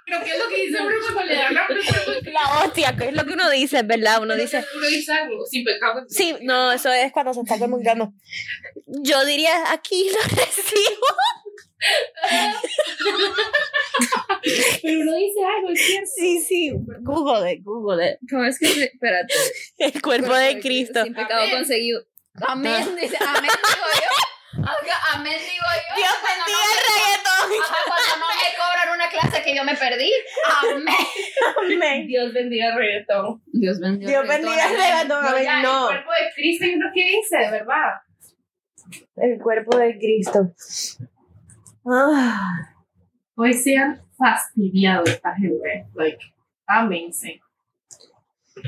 Speaker 1: Creo que ¿Qué es lo que dice uno cuando le dan la pregunta?
Speaker 2: La hostia, que es lo que uno dice, ¿verdad? Uno dice,
Speaker 1: Uno dice algo sin pecado.
Speaker 2: sí, no, eso es cuando se está comunicando. Yo diría, aquí lo recibo.
Speaker 1: Pero uno dice algo, es cierto.
Speaker 2: Sí, sí, Google it, Google it.
Speaker 3: ¿Cómo es que se- Espérate.
Speaker 2: El cuerpo de Cristo.
Speaker 3: Sin pecado
Speaker 1: Amén.
Speaker 3: conseguido. Amén, dice. Amén, digo yo. Oiga, amén, digo yo.
Speaker 2: Dios
Speaker 3: Cuando
Speaker 2: bendiga
Speaker 3: no me-
Speaker 2: el reggaetón.
Speaker 3: Ajá, Cuando no me cobran una clase que yo me perdí. Amén.
Speaker 2: Amén.
Speaker 1: Dios bendiga el reggaetón.
Speaker 3: Dios bendiga.
Speaker 2: Dios bendiga el reggaetón. A ver,
Speaker 1: ya,
Speaker 2: no.
Speaker 1: El cuerpo de Cristo, ¿y uno qué dice, ¿verdad?
Speaker 2: El cuerpo de Cristo. Ah,
Speaker 1: Hoy se han fastidiado esta gente. Like, amazing.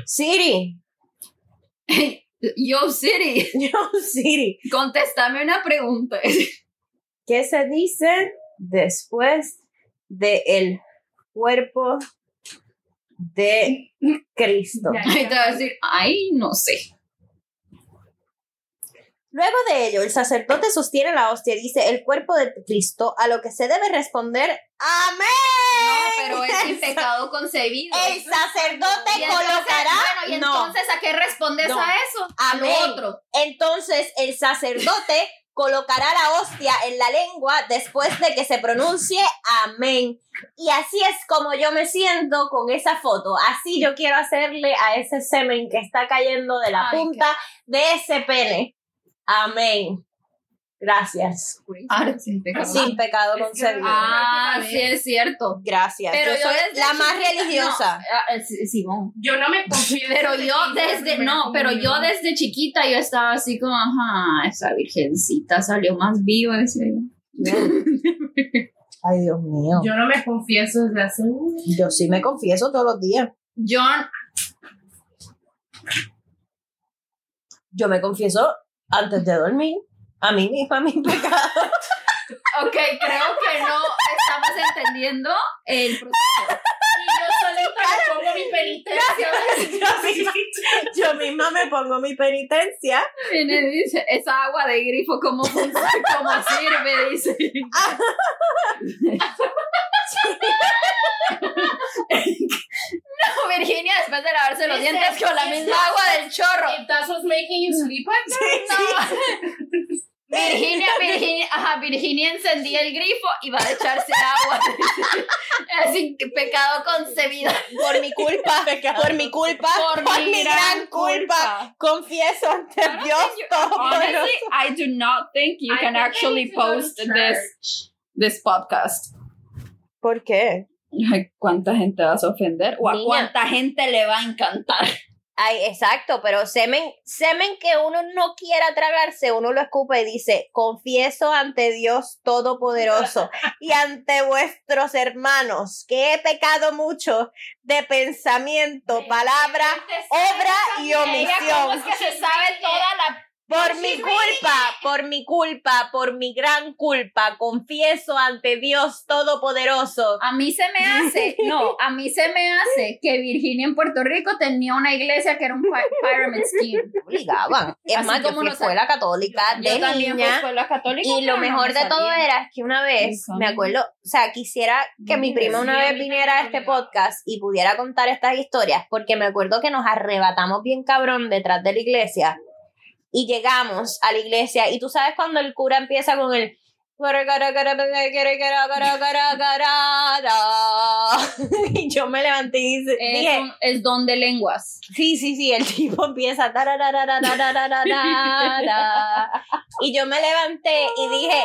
Speaker 2: Siri.
Speaker 3: ¿eh? Yo City,
Speaker 2: Yo, Siri.
Speaker 3: contéstame una pregunta.
Speaker 2: ¿Qué se dice después de el cuerpo de Cristo?
Speaker 1: Ya,
Speaker 3: Ay, te
Speaker 1: ya.
Speaker 3: va a decir, ay, no sé.
Speaker 2: Luego de ello, el sacerdote sostiene la hostia y dice el cuerpo de Cristo, a lo que se debe responder
Speaker 3: No,
Speaker 2: ¡Amén!
Speaker 3: pero es sin pecado concebido.
Speaker 2: El sacerdote
Speaker 3: Y entonces,
Speaker 2: colocará.
Speaker 3: Bueno, y
Speaker 2: no.
Speaker 3: entonces, ¿a qué respondes
Speaker 2: No.
Speaker 3: a eso? A lo
Speaker 2: Amén.
Speaker 3: otro.
Speaker 2: Entonces el sacerdote colocará la hostia en la lengua después de que se pronuncie amén. Y así es como yo me siento con esa foto. Así yo quiero hacerle a ese semen que está cayendo de la
Speaker 3: Ay,
Speaker 2: punta de ese pene. Amén. Gracias.
Speaker 3: Arte sin pecado.
Speaker 2: Sin pecado
Speaker 1: Es que-
Speaker 2: concebido.
Speaker 3: Ah, sí, es cierto.
Speaker 2: Gracias.
Speaker 3: Pero
Speaker 2: yo,
Speaker 3: yo
Speaker 2: soy
Speaker 3: desde
Speaker 2: la más
Speaker 3: chiquita-
Speaker 2: religiosa.
Speaker 3: Ah, sí, Simón.
Speaker 1: Yo no me confío.
Speaker 3: Pero yo desde, no, pero yo desde chiquita yo estaba así como, ajá, esa virgencita salió más viva. decía yo.
Speaker 2: Ay, Dios mío.
Speaker 1: Yo no me confieso desde hace un
Speaker 2: Yo sí me confieso todos los días.
Speaker 3: John,
Speaker 2: Yo me confieso antes de dormir. A mí misma, mis pecados.
Speaker 3: ok, creo que no estamos entendiendo el proceso.
Speaker 1: Y yo solita me pongo mi penitencia.
Speaker 2: yo, misma, yo misma me pongo mi penitencia.
Speaker 3: Y me dice, esa agua de grifo, ¿cómo, funciona? ¿Cómo sirve? Dice. No, Virginia, después de lavarse los
Speaker 1: Dice,
Speaker 3: dientes con la
Speaker 1: dice-
Speaker 3: misma agua del chorro.
Speaker 1: If that's what's making you sleep like that,
Speaker 3: Virginia, Virginia, ajá, Virginia encendía el grifo y va a echarse agua. Así que pecado concebido.
Speaker 2: Por mi culpa, por mi culpa, por, mi gran culpa. Confieso ante
Speaker 3: Claro
Speaker 2: Dios
Speaker 3: que yo-
Speaker 2: todo.
Speaker 3: Honestly, I do not think you
Speaker 1: I
Speaker 3: can
Speaker 1: think I
Speaker 3: actually
Speaker 1: need to go to
Speaker 3: post this this podcast.
Speaker 2: ¿Por qué?
Speaker 3: Ay, ¿Cuánta gente vas a ofender? ¿O a
Speaker 2: Niña.
Speaker 3: cuánta gente le va a encantar?
Speaker 2: Ay, exacto, pero semen, semen que uno no quiera tragarse, uno lo escupe y dice, confieso ante Dios Todopoderoso y ante vuestros hermanos que he pecado mucho de pensamiento, palabra, obra y
Speaker 3: ¿Cómo
Speaker 2: omisión.
Speaker 3: es que se sabe toda la
Speaker 2: Por mi culpa, por mi culpa, por mi gran culpa, confieso ante Dios Todopoderoso.
Speaker 3: A mí se me hace, no, a mí se me hace que Virginia en Puerto Rico tenía una iglesia que era un pi- pyramid scheme.
Speaker 2: Obligaban. Es
Speaker 3: Así
Speaker 2: más, yo
Speaker 3: como
Speaker 2: fui a
Speaker 3: nos-
Speaker 2: escuela católica
Speaker 3: Yo
Speaker 2: de
Speaker 3: también fui a
Speaker 2: niña.
Speaker 3: escuela católica.
Speaker 2: Y
Speaker 3: pero
Speaker 2: lo
Speaker 3: no
Speaker 2: mejor
Speaker 3: me
Speaker 2: de todo
Speaker 3: salía.
Speaker 2: era que una vez, me
Speaker 3: Nunca me-
Speaker 2: acuerdo, o sea, quisiera que mi
Speaker 1: Nunca
Speaker 2: prima una
Speaker 1: sí, a
Speaker 2: vez
Speaker 1: mí
Speaker 2: viniera a
Speaker 1: tampoco
Speaker 2: este
Speaker 1: me daba.
Speaker 2: podcast y pudiera contar estas historias, porque me acuerdo que nos arrebatamos bien cabrón detrás de la iglesia y llegamos a la iglesia y tú sabes cuando el cura empieza con el... Y yo me levanté y dice-
Speaker 3: Es
Speaker 2: dije,
Speaker 3: un- es don de lenguas.
Speaker 2: Sí, sí, sí, el tipo empieza. tarararararararara. Y yo me levanté y dije,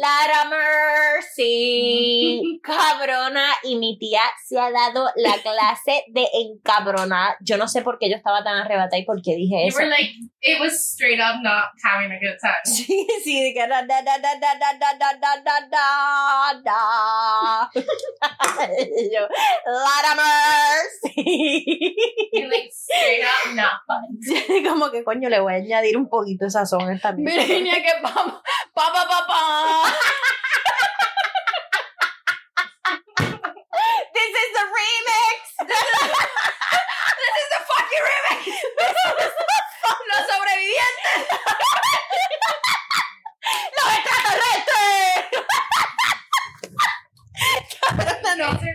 Speaker 2: Latimer, sí, cabrona. Y mi tía se ha dado la clase de encabronar. Yo no sé por qué yo estaba tan arrebatada y por qué dije
Speaker 1: you
Speaker 2: eso.
Speaker 1: were like, it was straight up not having a good time.
Speaker 2: Sí, sí, de que da, da, da, da, da, da, da, da, da, da, da, da. Y yo, Latimer, sí.
Speaker 1: You're like, straight up not fun.
Speaker 2: Como que coño, le voy a añadir un poquito de sazón a esta mierda.
Speaker 3: Virginia, que pa, pa, pa, pa, pa.
Speaker 2: This is the remix.
Speaker 3: This is the fucking remix. Los sobrevivientes.
Speaker 2: Los extraterrestres. Cabrona,
Speaker 1: no te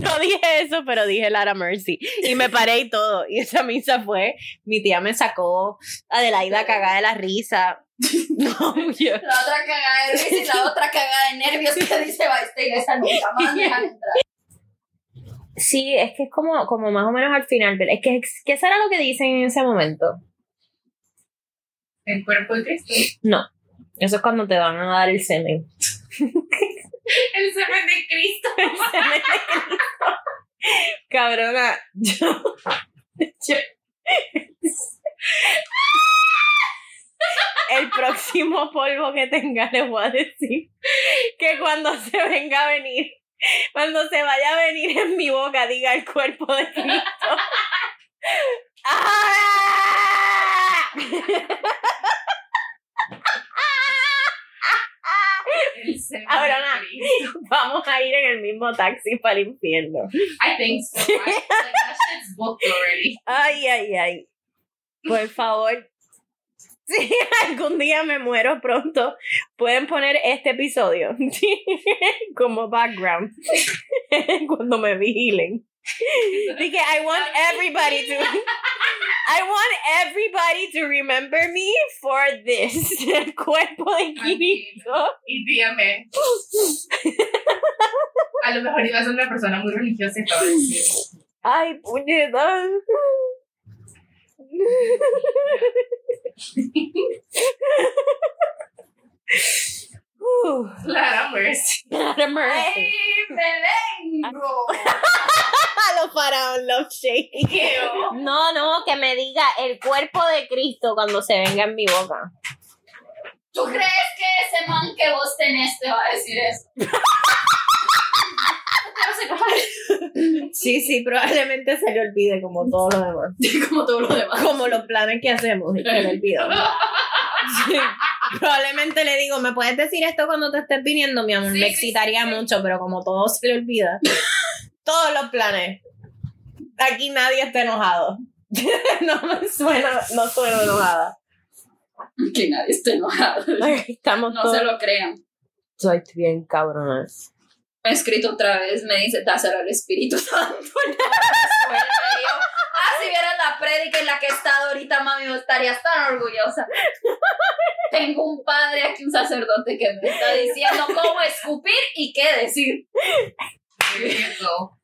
Speaker 2: No dije eso, pero dije Lara Mercy. Y me paré y todo. Y esa misa fue, mi tía me sacó Adelaida cagada de la risa. No, yo-
Speaker 3: La otra cagada de risa y la otra cagada de nervios que dice va esta iglesia nunca más dejan entrar.
Speaker 2: Sí, es que es como, como más o menos al final. pero Es que, es que eso era lo que dicen en ese momento.
Speaker 1: El cuerpo de Cristo.
Speaker 2: Eso es cuando te van a dar el semen.
Speaker 1: El semen de Cristo.
Speaker 2: Cabrona, yo. yo- El próximo polvo que tenga les voy a decir que cuando se venga a venir, cuando se vaya a venir en mi boca, diga el cuerpo de Cristo. ¡Ah!
Speaker 1: El semen
Speaker 2: Ahora
Speaker 1: de
Speaker 2: nada.
Speaker 1: Cristo.
Speaker 2: Vamos a ir en el mismo taxi para el infierno.
Speaker 1: I think so. I, like, that shit's booked already.
Speaker 2: Ay, ay, ay. Por favor. Si algún día me muero pronto, pueden poner este episodio como background cuando me vigilen. Así que I want everybody to I want everybody to remember me for this. El cuerpo de Cristo.
Speaker 1: Y dígame. A lo mejor ibas a ser una persona muy religiosa y todo eso.
Speaker 2: Ay, puñeta. Uf.
Speaker 1: Clara pues, Mercy.
Speaker 2: Not a mercy.
Speaker 1: ¡Ay, Belén!
Speaker 2: Los faraón love shake.
Speaker 1: Ew.
Speaker 2: No, no, que me diga el cuerpo de Cristo cuando se venga en mi boca.
Speaker 3: ¿Tú crees que ese man que vos tenés te va a decir eso?
Speaker 2: Sí, sí, probablemente se le olvide como todo lo demás.
Speaker 3: Como todo lo demás.
Speaker 2: Como los planes que hacemos y se le olvida. Sí, Probablemente le digo, ¿me puedes decir esto cuando te estés viniendo, mi amor?
Speaker 1: Sí,
Speaker 2: me
Speaker 1: sí,
Speaker 2: excitaría
Speaker 1: sí, sí.
Speaker 2: mucho, pero como todo se le olvida, todos los planes. Aquí nadie está enojado. no me suena, no suena enojada.
Speaker 3: Que nadie esté enojado.
Speaker 2: Aquí estamos
Speaker 3: No
Speaker 2: todos.
Speaker 3: se lo crean.
Speaker 2: Soy bien cabrona.
Speaker 3: Me ha escrito otra vez, me dice, dáselo al Espíritu Santo. Y yo, ah, si vieras la prédica en la que he estado ahorita, mami, vos estarías tan orgullosa. Tengo un padre aquí, un sacerdote, que me está diciendo cómo escupir y qué decir.
Speaker 1: Here you go.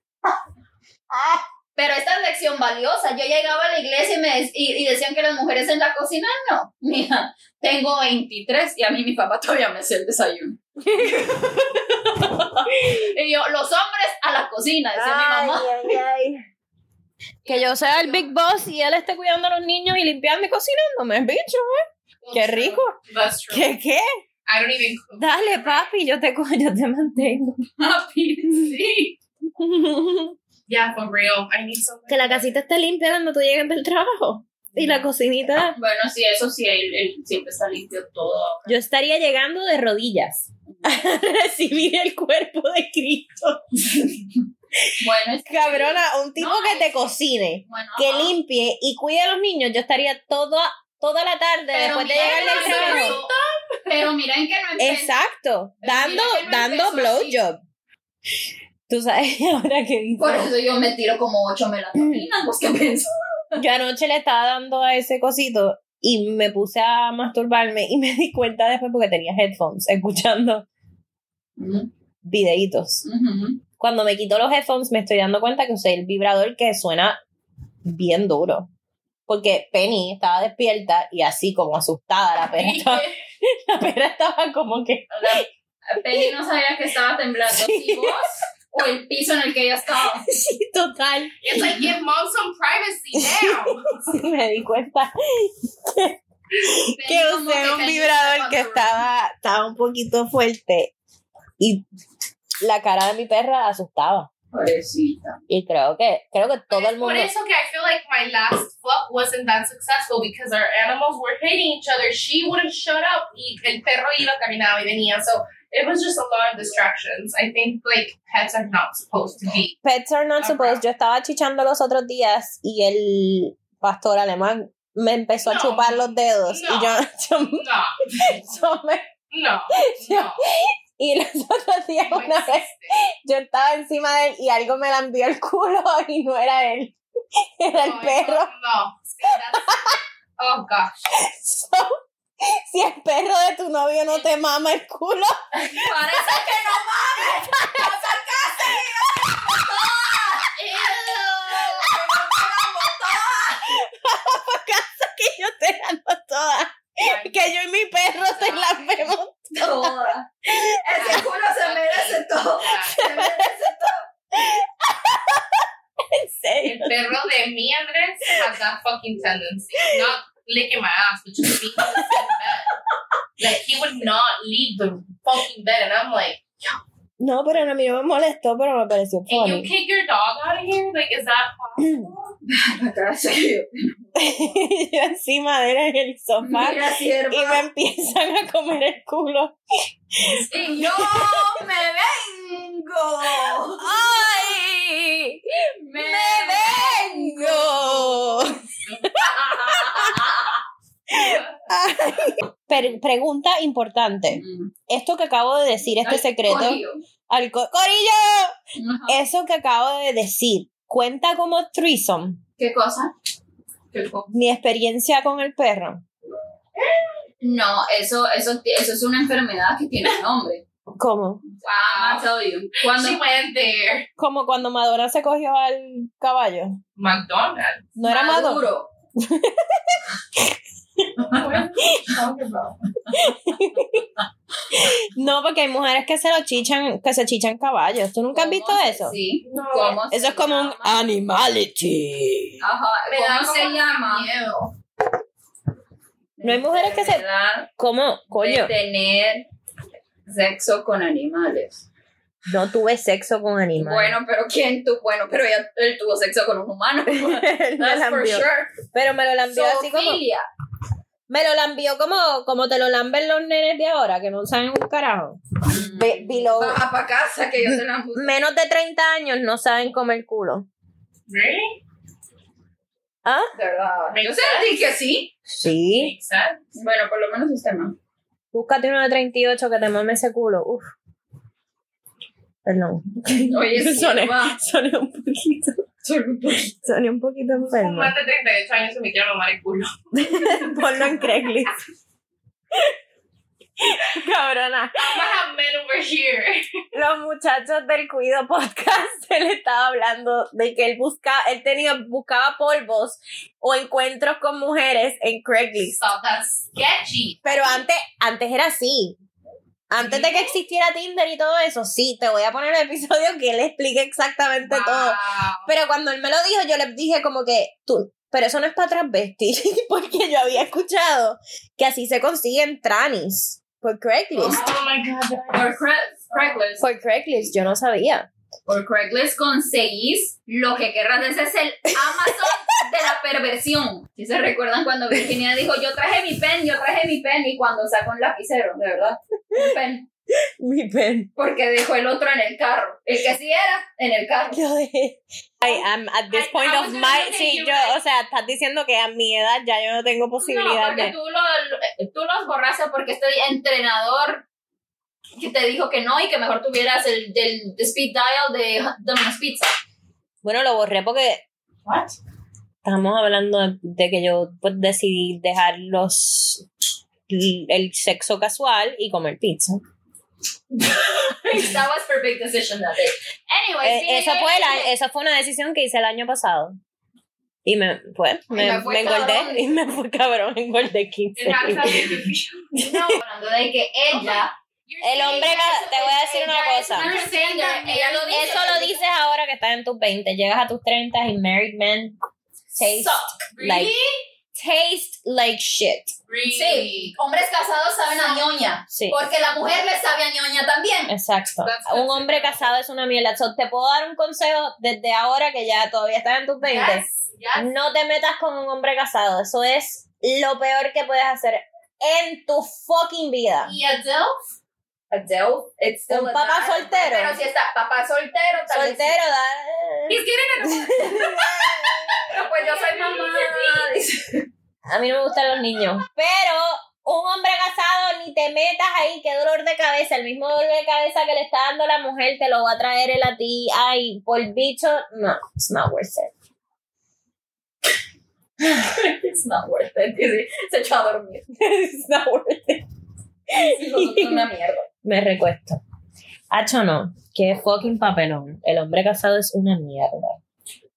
Speaker 3: Pero esta es lección valiosa. Yo llegaba a la iglesia y, me dec- y, y decían que las mujeres en la cocina, no. Mira, tengo 23 y a mí mi papá todavía me hace el desayuno. y yo, los hombres a la cocina, decía mi mamá.
Speaker 2: Que yo sea el Big Boss y él esté cuidando a los niños y limpiando y cocinándome, bicho. Qué rico.
Speaker 1: That's true.
Speaker 2: ¿Qué qué?
Speaker 1: I don't even cook.
Speaker 2: Dale, papi, yo te cojo, yo te mantengo.
Speaker 1: Papi, sí. Yeah, for real. I need some.
Speaker 2: que la casita esté limpia cuando tú llegues del trabajo. Y la cocinita.
Speaker 3: Bueno, sí, eso sí, él, él siempre está limpio todo.
Speaker 2: Yo estaría llegando de rodillas a recibir el cuerpo de Cristo.
Speaker 3: Bueno, es que-
Speaker 2: Cabrona, un tipo
Speaker 3: No,
Speaker 2: que te cocine,
Speaker 3: Bueno, ah,
Speaker 2: que
Speaker 3: ajá.
Speaker 2: limpie y cuide a los niños, yo estaría toda, toda la tarde
Speaker 3: Pero
Speaker 2: después de
Speaker 3: mira,
Speaker 2: llegar del
Speaker 3: pero-
Speaker 2: trabajo.
Speaker 3: Pero miren que no
Speaker 2: Eh,
Speaker 3: empezó.
Speaker 2: Exacto,
Speaker 3: Pero
Speaker 2: dando,
Speaker 3: mira que no
Speaker 2: dando
Speaker 3: empezó así.
Speaker 2: blowjob. Tú sabes ahora que dice.
Speaker 3: Por eso yo me tiro como ocho melatoninas, ¿vos qué pensás?
Speaker 2: Yo anoche le estaba dando a ese cosito y me puse a masturbarme y me di cuenta después porque tenía headphones escuchando videitos.
Speaker 3: Mm, Ujú.
Speaker 2: Cuando me quito los headphones me estoy dando cuenta que usé el vibrador que suena bien duro. Porque Penny estaba despierta y así como asustada la perra estaba, la perra estaba como que
Speaker 3: La Penny no sabía que estaba temblando. ¿Y vos? O el piso en el que ella estaba.
Speaker 2: sí, total.
Speaker 1: It's like give mom some privacy now.
Speaker 2: Sí, me di cuenta que
Speaker 3: Penny
Speaker 2: usé
Speaker 3: como
Speaker 2: un
Speaker 3: cayó
Speaker 2: vibrador que
Speaker 3: en la
Speaker 2: estaba, estaba un poquito fuerte y la cara de mi perra asustaba.
Speaker 3: Pobrecita.
Speaker 2: Y creo que, creo que todo el
Speaker 1: Por
Speaker 2: mundo.
Speaker 1: eso que I feel like my last fuck wasn't that successful because our animals were hitting each other. She wouldn't shut up. Y el perro iba caminaba y venía. So it was just a lot of distractions. I think like pets are not supposed to be.
Speaker 2: Pets are not supposed. Yo estaba chichando los otros días y el pastor alemán me empezó a
Speaker 1: No.
Speaker 2: chupar los dedos.
Speaker 1: No.
Speaker 2: Y yo, yo-
Speaker 1: No,
Speaker 2: yo me-
Speaker 1: no, no.
Speaker 2: Y los otros días,
Speaker 1: No
Speaker 3: Pues
Speaker 2: una vez,
Speaker 1: existe.
Speaker 2: yo estaba encima de él y algo me lambió el culo y no era él. Era el
Speaker 1: Oh,
Speaker 2: perro.
Speaker 1: No. See, that's- Oh gosh.
Speaker 2: So, si el perro de tu novio no te mama el culo,
Speaker 3: Parece que no mames.
Speaker 2: por casa que yo te amo toda. Que yo y mi perro te lambemos.
Speaker 3: Toda. Ese culo se merece todo. Se merece todo.
Speaker 2: En serio.
Speaker 1: El perro de me, Andres, has that fucking tendency. Not licking my ass, but just being in the same bed. Like, he would not leave the fucking bed. And I'm like,
Speaker 2: No, pero a mí no me molestó, pero me pareció
Speaker 1: can you
Speaker 2: funny.
Speaker 1: kick your dog out of here? Like, is that possible?
Speaker 2: yo encima de él en el sofá
Speaker 3: Mira, sierva.
Speaker 2: y me empiezan a comer el culo.
Speaker 3: Y yo me vengo. ¡Ay! ¡Me,
Speaker 2: vengo! Per- pregunta importante.
Speaker 3: Mm.
Speaker 2: Esto que acabo de decir, este secreto. al co-
Speaker 3: Ah.
Speaker 2: ¡Corillo! Eso que acabo de decir, ¿cuenta como threesome?
Speaker 3: ¿Qué cosa?
Speaker 2: Mi experiencia con el perro.
Speaker 3: No, eso, eso, eso es una enfermedad que tiene nombre.
Speaker 2: ¿Cómo? Ah.
Speaker 3: I'll tell you. Cuando,
Speaker 1: she went there.
Speaker 2: Como cuando Madonna se cogió al caballo.
Speaker 1: McDonald's.
Speaker 2: No era Madonna.
Speaker 3: Maduro.
Speaker 1: What are you talking about?
Speaker 2: No, porque hay mujeres que se lo chichan, que se chichan caballos. ¿Tú nunca has visto
Speaker 3: ¿Cómo se-
Speaker 2: eso?
Speaker 3: Sí.
Speaker 1: No.
Speaker 3: ¿Cómo
Speaker 2: Eso
Speaker 3: se
Speaker 2: es como un ah,
Speaker 3: llama?
Speaker 2: animality.
Speaker 3: Ajá.
Speaker 1: Me da
Speaker 3: ¿Cómo se
Speaker 1: como
Speaker 3: llama?
Speaker 1: miedo.
Speaker 2: No hay mujeres que se-
Speaker 3: Enfermedad
Speaker 2: ¿Cómo?
Speaker 3: De
Speaker 2: Coño,
Speaker 3: tener sexo con animales.
Speaker 2: no tuve sexo con animales.
Speaker 3: Bueno, pero ¿quién tú? Bueno, pero ella, él tuvo sexo con un humano.
Speaker 2: Me
Speaker 3: That's for
Speaker 2: lambió.
Speaker 3: sure.
Speaker 2: Pero me lo lambió así como.
Speaker 3: Zoofilia.
Speaker 2: Me lo lambió como, como te lo lamben los nenes de ahora, que no saben un carajo.
Speaker 3: Mm.
Speaker 2: Be- below-
Speaker 3: Baja pa' casa que yo te la puse.
Speaker 2: menos de 30 años no saben comer culo.
Speaker 1: Really?
Speaker 2: ¿Ah?
Speaker 3: ¿Verdad?
Speaker 1: Make
Speaker 3: Yo sentí que sí.
Speaker 2: Sí.
Speaker 1: Makes sense.
Speaker 3: Bueno, por lo menos usted no.
Speaker 2: Búscate uno de 38 que te mame ese culo. Uf. Perdón.
Speaker 3: Oye, sí,
Speaker 2: Soné-
Speaker 3: va.
Speaker 2: soné un poquito. Soné un poquito enfermo.
Speaker 1: Más de 38 años se me quiere mamar el culo.
Speaker 2: Ponlo en Craigslist. Cabrona.
Speaker 1: I'm gonna have men over here.
Speaker 2: Los muchachos del Cuido Podcast, él estaba hablando de que él buscaba, él tenía, buscaba polvos o encuentros con mujeres en Craigslist.
Speaker 1: Stop, that's sketchy.
Speaker 2: Pero antes, antes era así. Antes de que existiera Tinder y todo eso, sí, te voy a poner el episodio que él explique exactamente todo.
Speaker 1: Wow.
Speaker 2: Pero cuando él me lo dijo, yo le dije como que, tú, pero eso no es para transvestir, porque yo había escuchado que así se consiguen tranis por Craigslist.
Speaker 1: Oh my god.
Speaker 3: Por Cra- Craigslist.
Speaker 2: Por Craigslist, yo no sabía.
Speaker 3: Por Craigslist conseguís lo que querrás. Ese es el Amazon de la perversión. Si se recuerdan cuando Virginia dijo, yo traje mi pen, yo traje mi pen, y cuando sacó un lapicero, de verdad, un pen.
Speaker 2: Mi pen.
Speaker 3: Porque dejó el otro en el carro. El que sí era, en el carro.
Speaker 2: Yo dejé. I am at this
Speaker 1: I-
Speaker 2: point
Speaker 1: I
Speaker 2: of
Speaker 1: was
Speaker 2: my.
Speaker 1: gonna look at
Speaker 2: Sí,
Speaker 1: you,
Speaker 2: yo,
Speaker 1: right?
Speaker 2: o sea, estás diciendo que a mi edad ya yo no tengo
Speaker 3: no,
Speaker 2: posibilidad
Speaker 3: porque
Speaker 2: de.
Speaker 3: tú, lo- tú los borraste porque este entrenador que te dijo que no y que mejor tuvieras el del the speed dial de Domino's Pizza.
Speaker 2: Bueno, lo borré porque
Speaker 1: What?
Speaker 2: estábamos hablando de, de que yo pues, decidí dejar los el sexo casual y comer pizza.
Speaker 3: That was her big decision that day. Anyway,
Speaker 2: Eh,
Speaker 3: Pues sí,
Speaker 2: eso
Speaker 3: ella-
Speaker 2: fue la, esa fue una decisión que hice el año pasado. Y me, pues, me,
Speaker 3: me fue
Speaker 2: me
Speaker 3: cabrón.
Speaker 2: engordé y me fue cabrón, engordé 15.
Speaker 1: It has
Speaker 2: libras.
Speaker 1: nothing to do.
Speaker 3: No, hablando de que ella.
Speaker 2: El hombre, ca- te voy a decir una
Speaker 3: Ella es
Speaker 2: cosa.
Speaker 3: una transgender, ella lo dice.
Speaker 2: Eso lo dices ahora que estás en tus 20, llegas a tus 30 y married men taste,
Speaker 3: Suck.
Speaker 2: like, taste like shit.
Speaker 3: Sí, hombres casados saben a ñoña.
Speaker 2: Sí,
Speaker 3: Porque la mujer le sabe a ñoña también.
Speaker 2: exacto.
Speaker 1: That's
Speaker 2: Un hombre casado es una mierda. So, te puedo dar un consejo desde ahora que ya todavía estás en tus 20.
Speaker 1: Yes, yes.
Speaker 2: No te metas con un hombre casado. Eso es lo peor que puedes hacer en tu fucking vida.
Speaker 1: Y Adele,
Speaker 3: Adele, it's still
Speaker 2: Un
Speaker 3: a
Speaker 2: papá
Speaker 3: dad.
Speaker 2: soltero.
Speaker 3: Pero si está papá soltero, tal vez
Speaker 2: Soltero,
Speaker 1: he's
Speaker 2: da.
Speaker 1: getting it.
Speaker 3: Pero pues yo soy mamá.
Speaker 2: A mí no me gustan los niños. Pero un hombre casado, ni te metas ahí, qué dolor de cabeza. El mismo dolor de cabeza que le está dando la mujer te lo va a traer él a ti. Ay, por bicho, no, it's not worth it.
Speaker 4: It's not worth it. Y sí, Se echó a dormir.
Speaker 2: it's not worth it.
Speaker 4: Y los otros una mierda.
Speaker 2: Me recuesto. Hacho no, qué fucking papelón. El hombre casado es una mierda.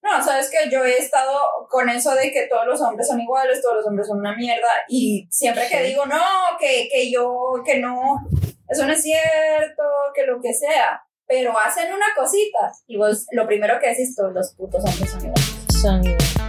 Speaker 3: No, sabes que yo he estado con eso de que todos los hombres son iguales, todos los hombres son una mierda, y siempre que digo, no, que, que yo, que no, eso no es cierto, que lo que sea, pero hacen una cosita, y vos lo primero que decís, todos los putos hombres son iguales.
Speaker 2: Son iguales.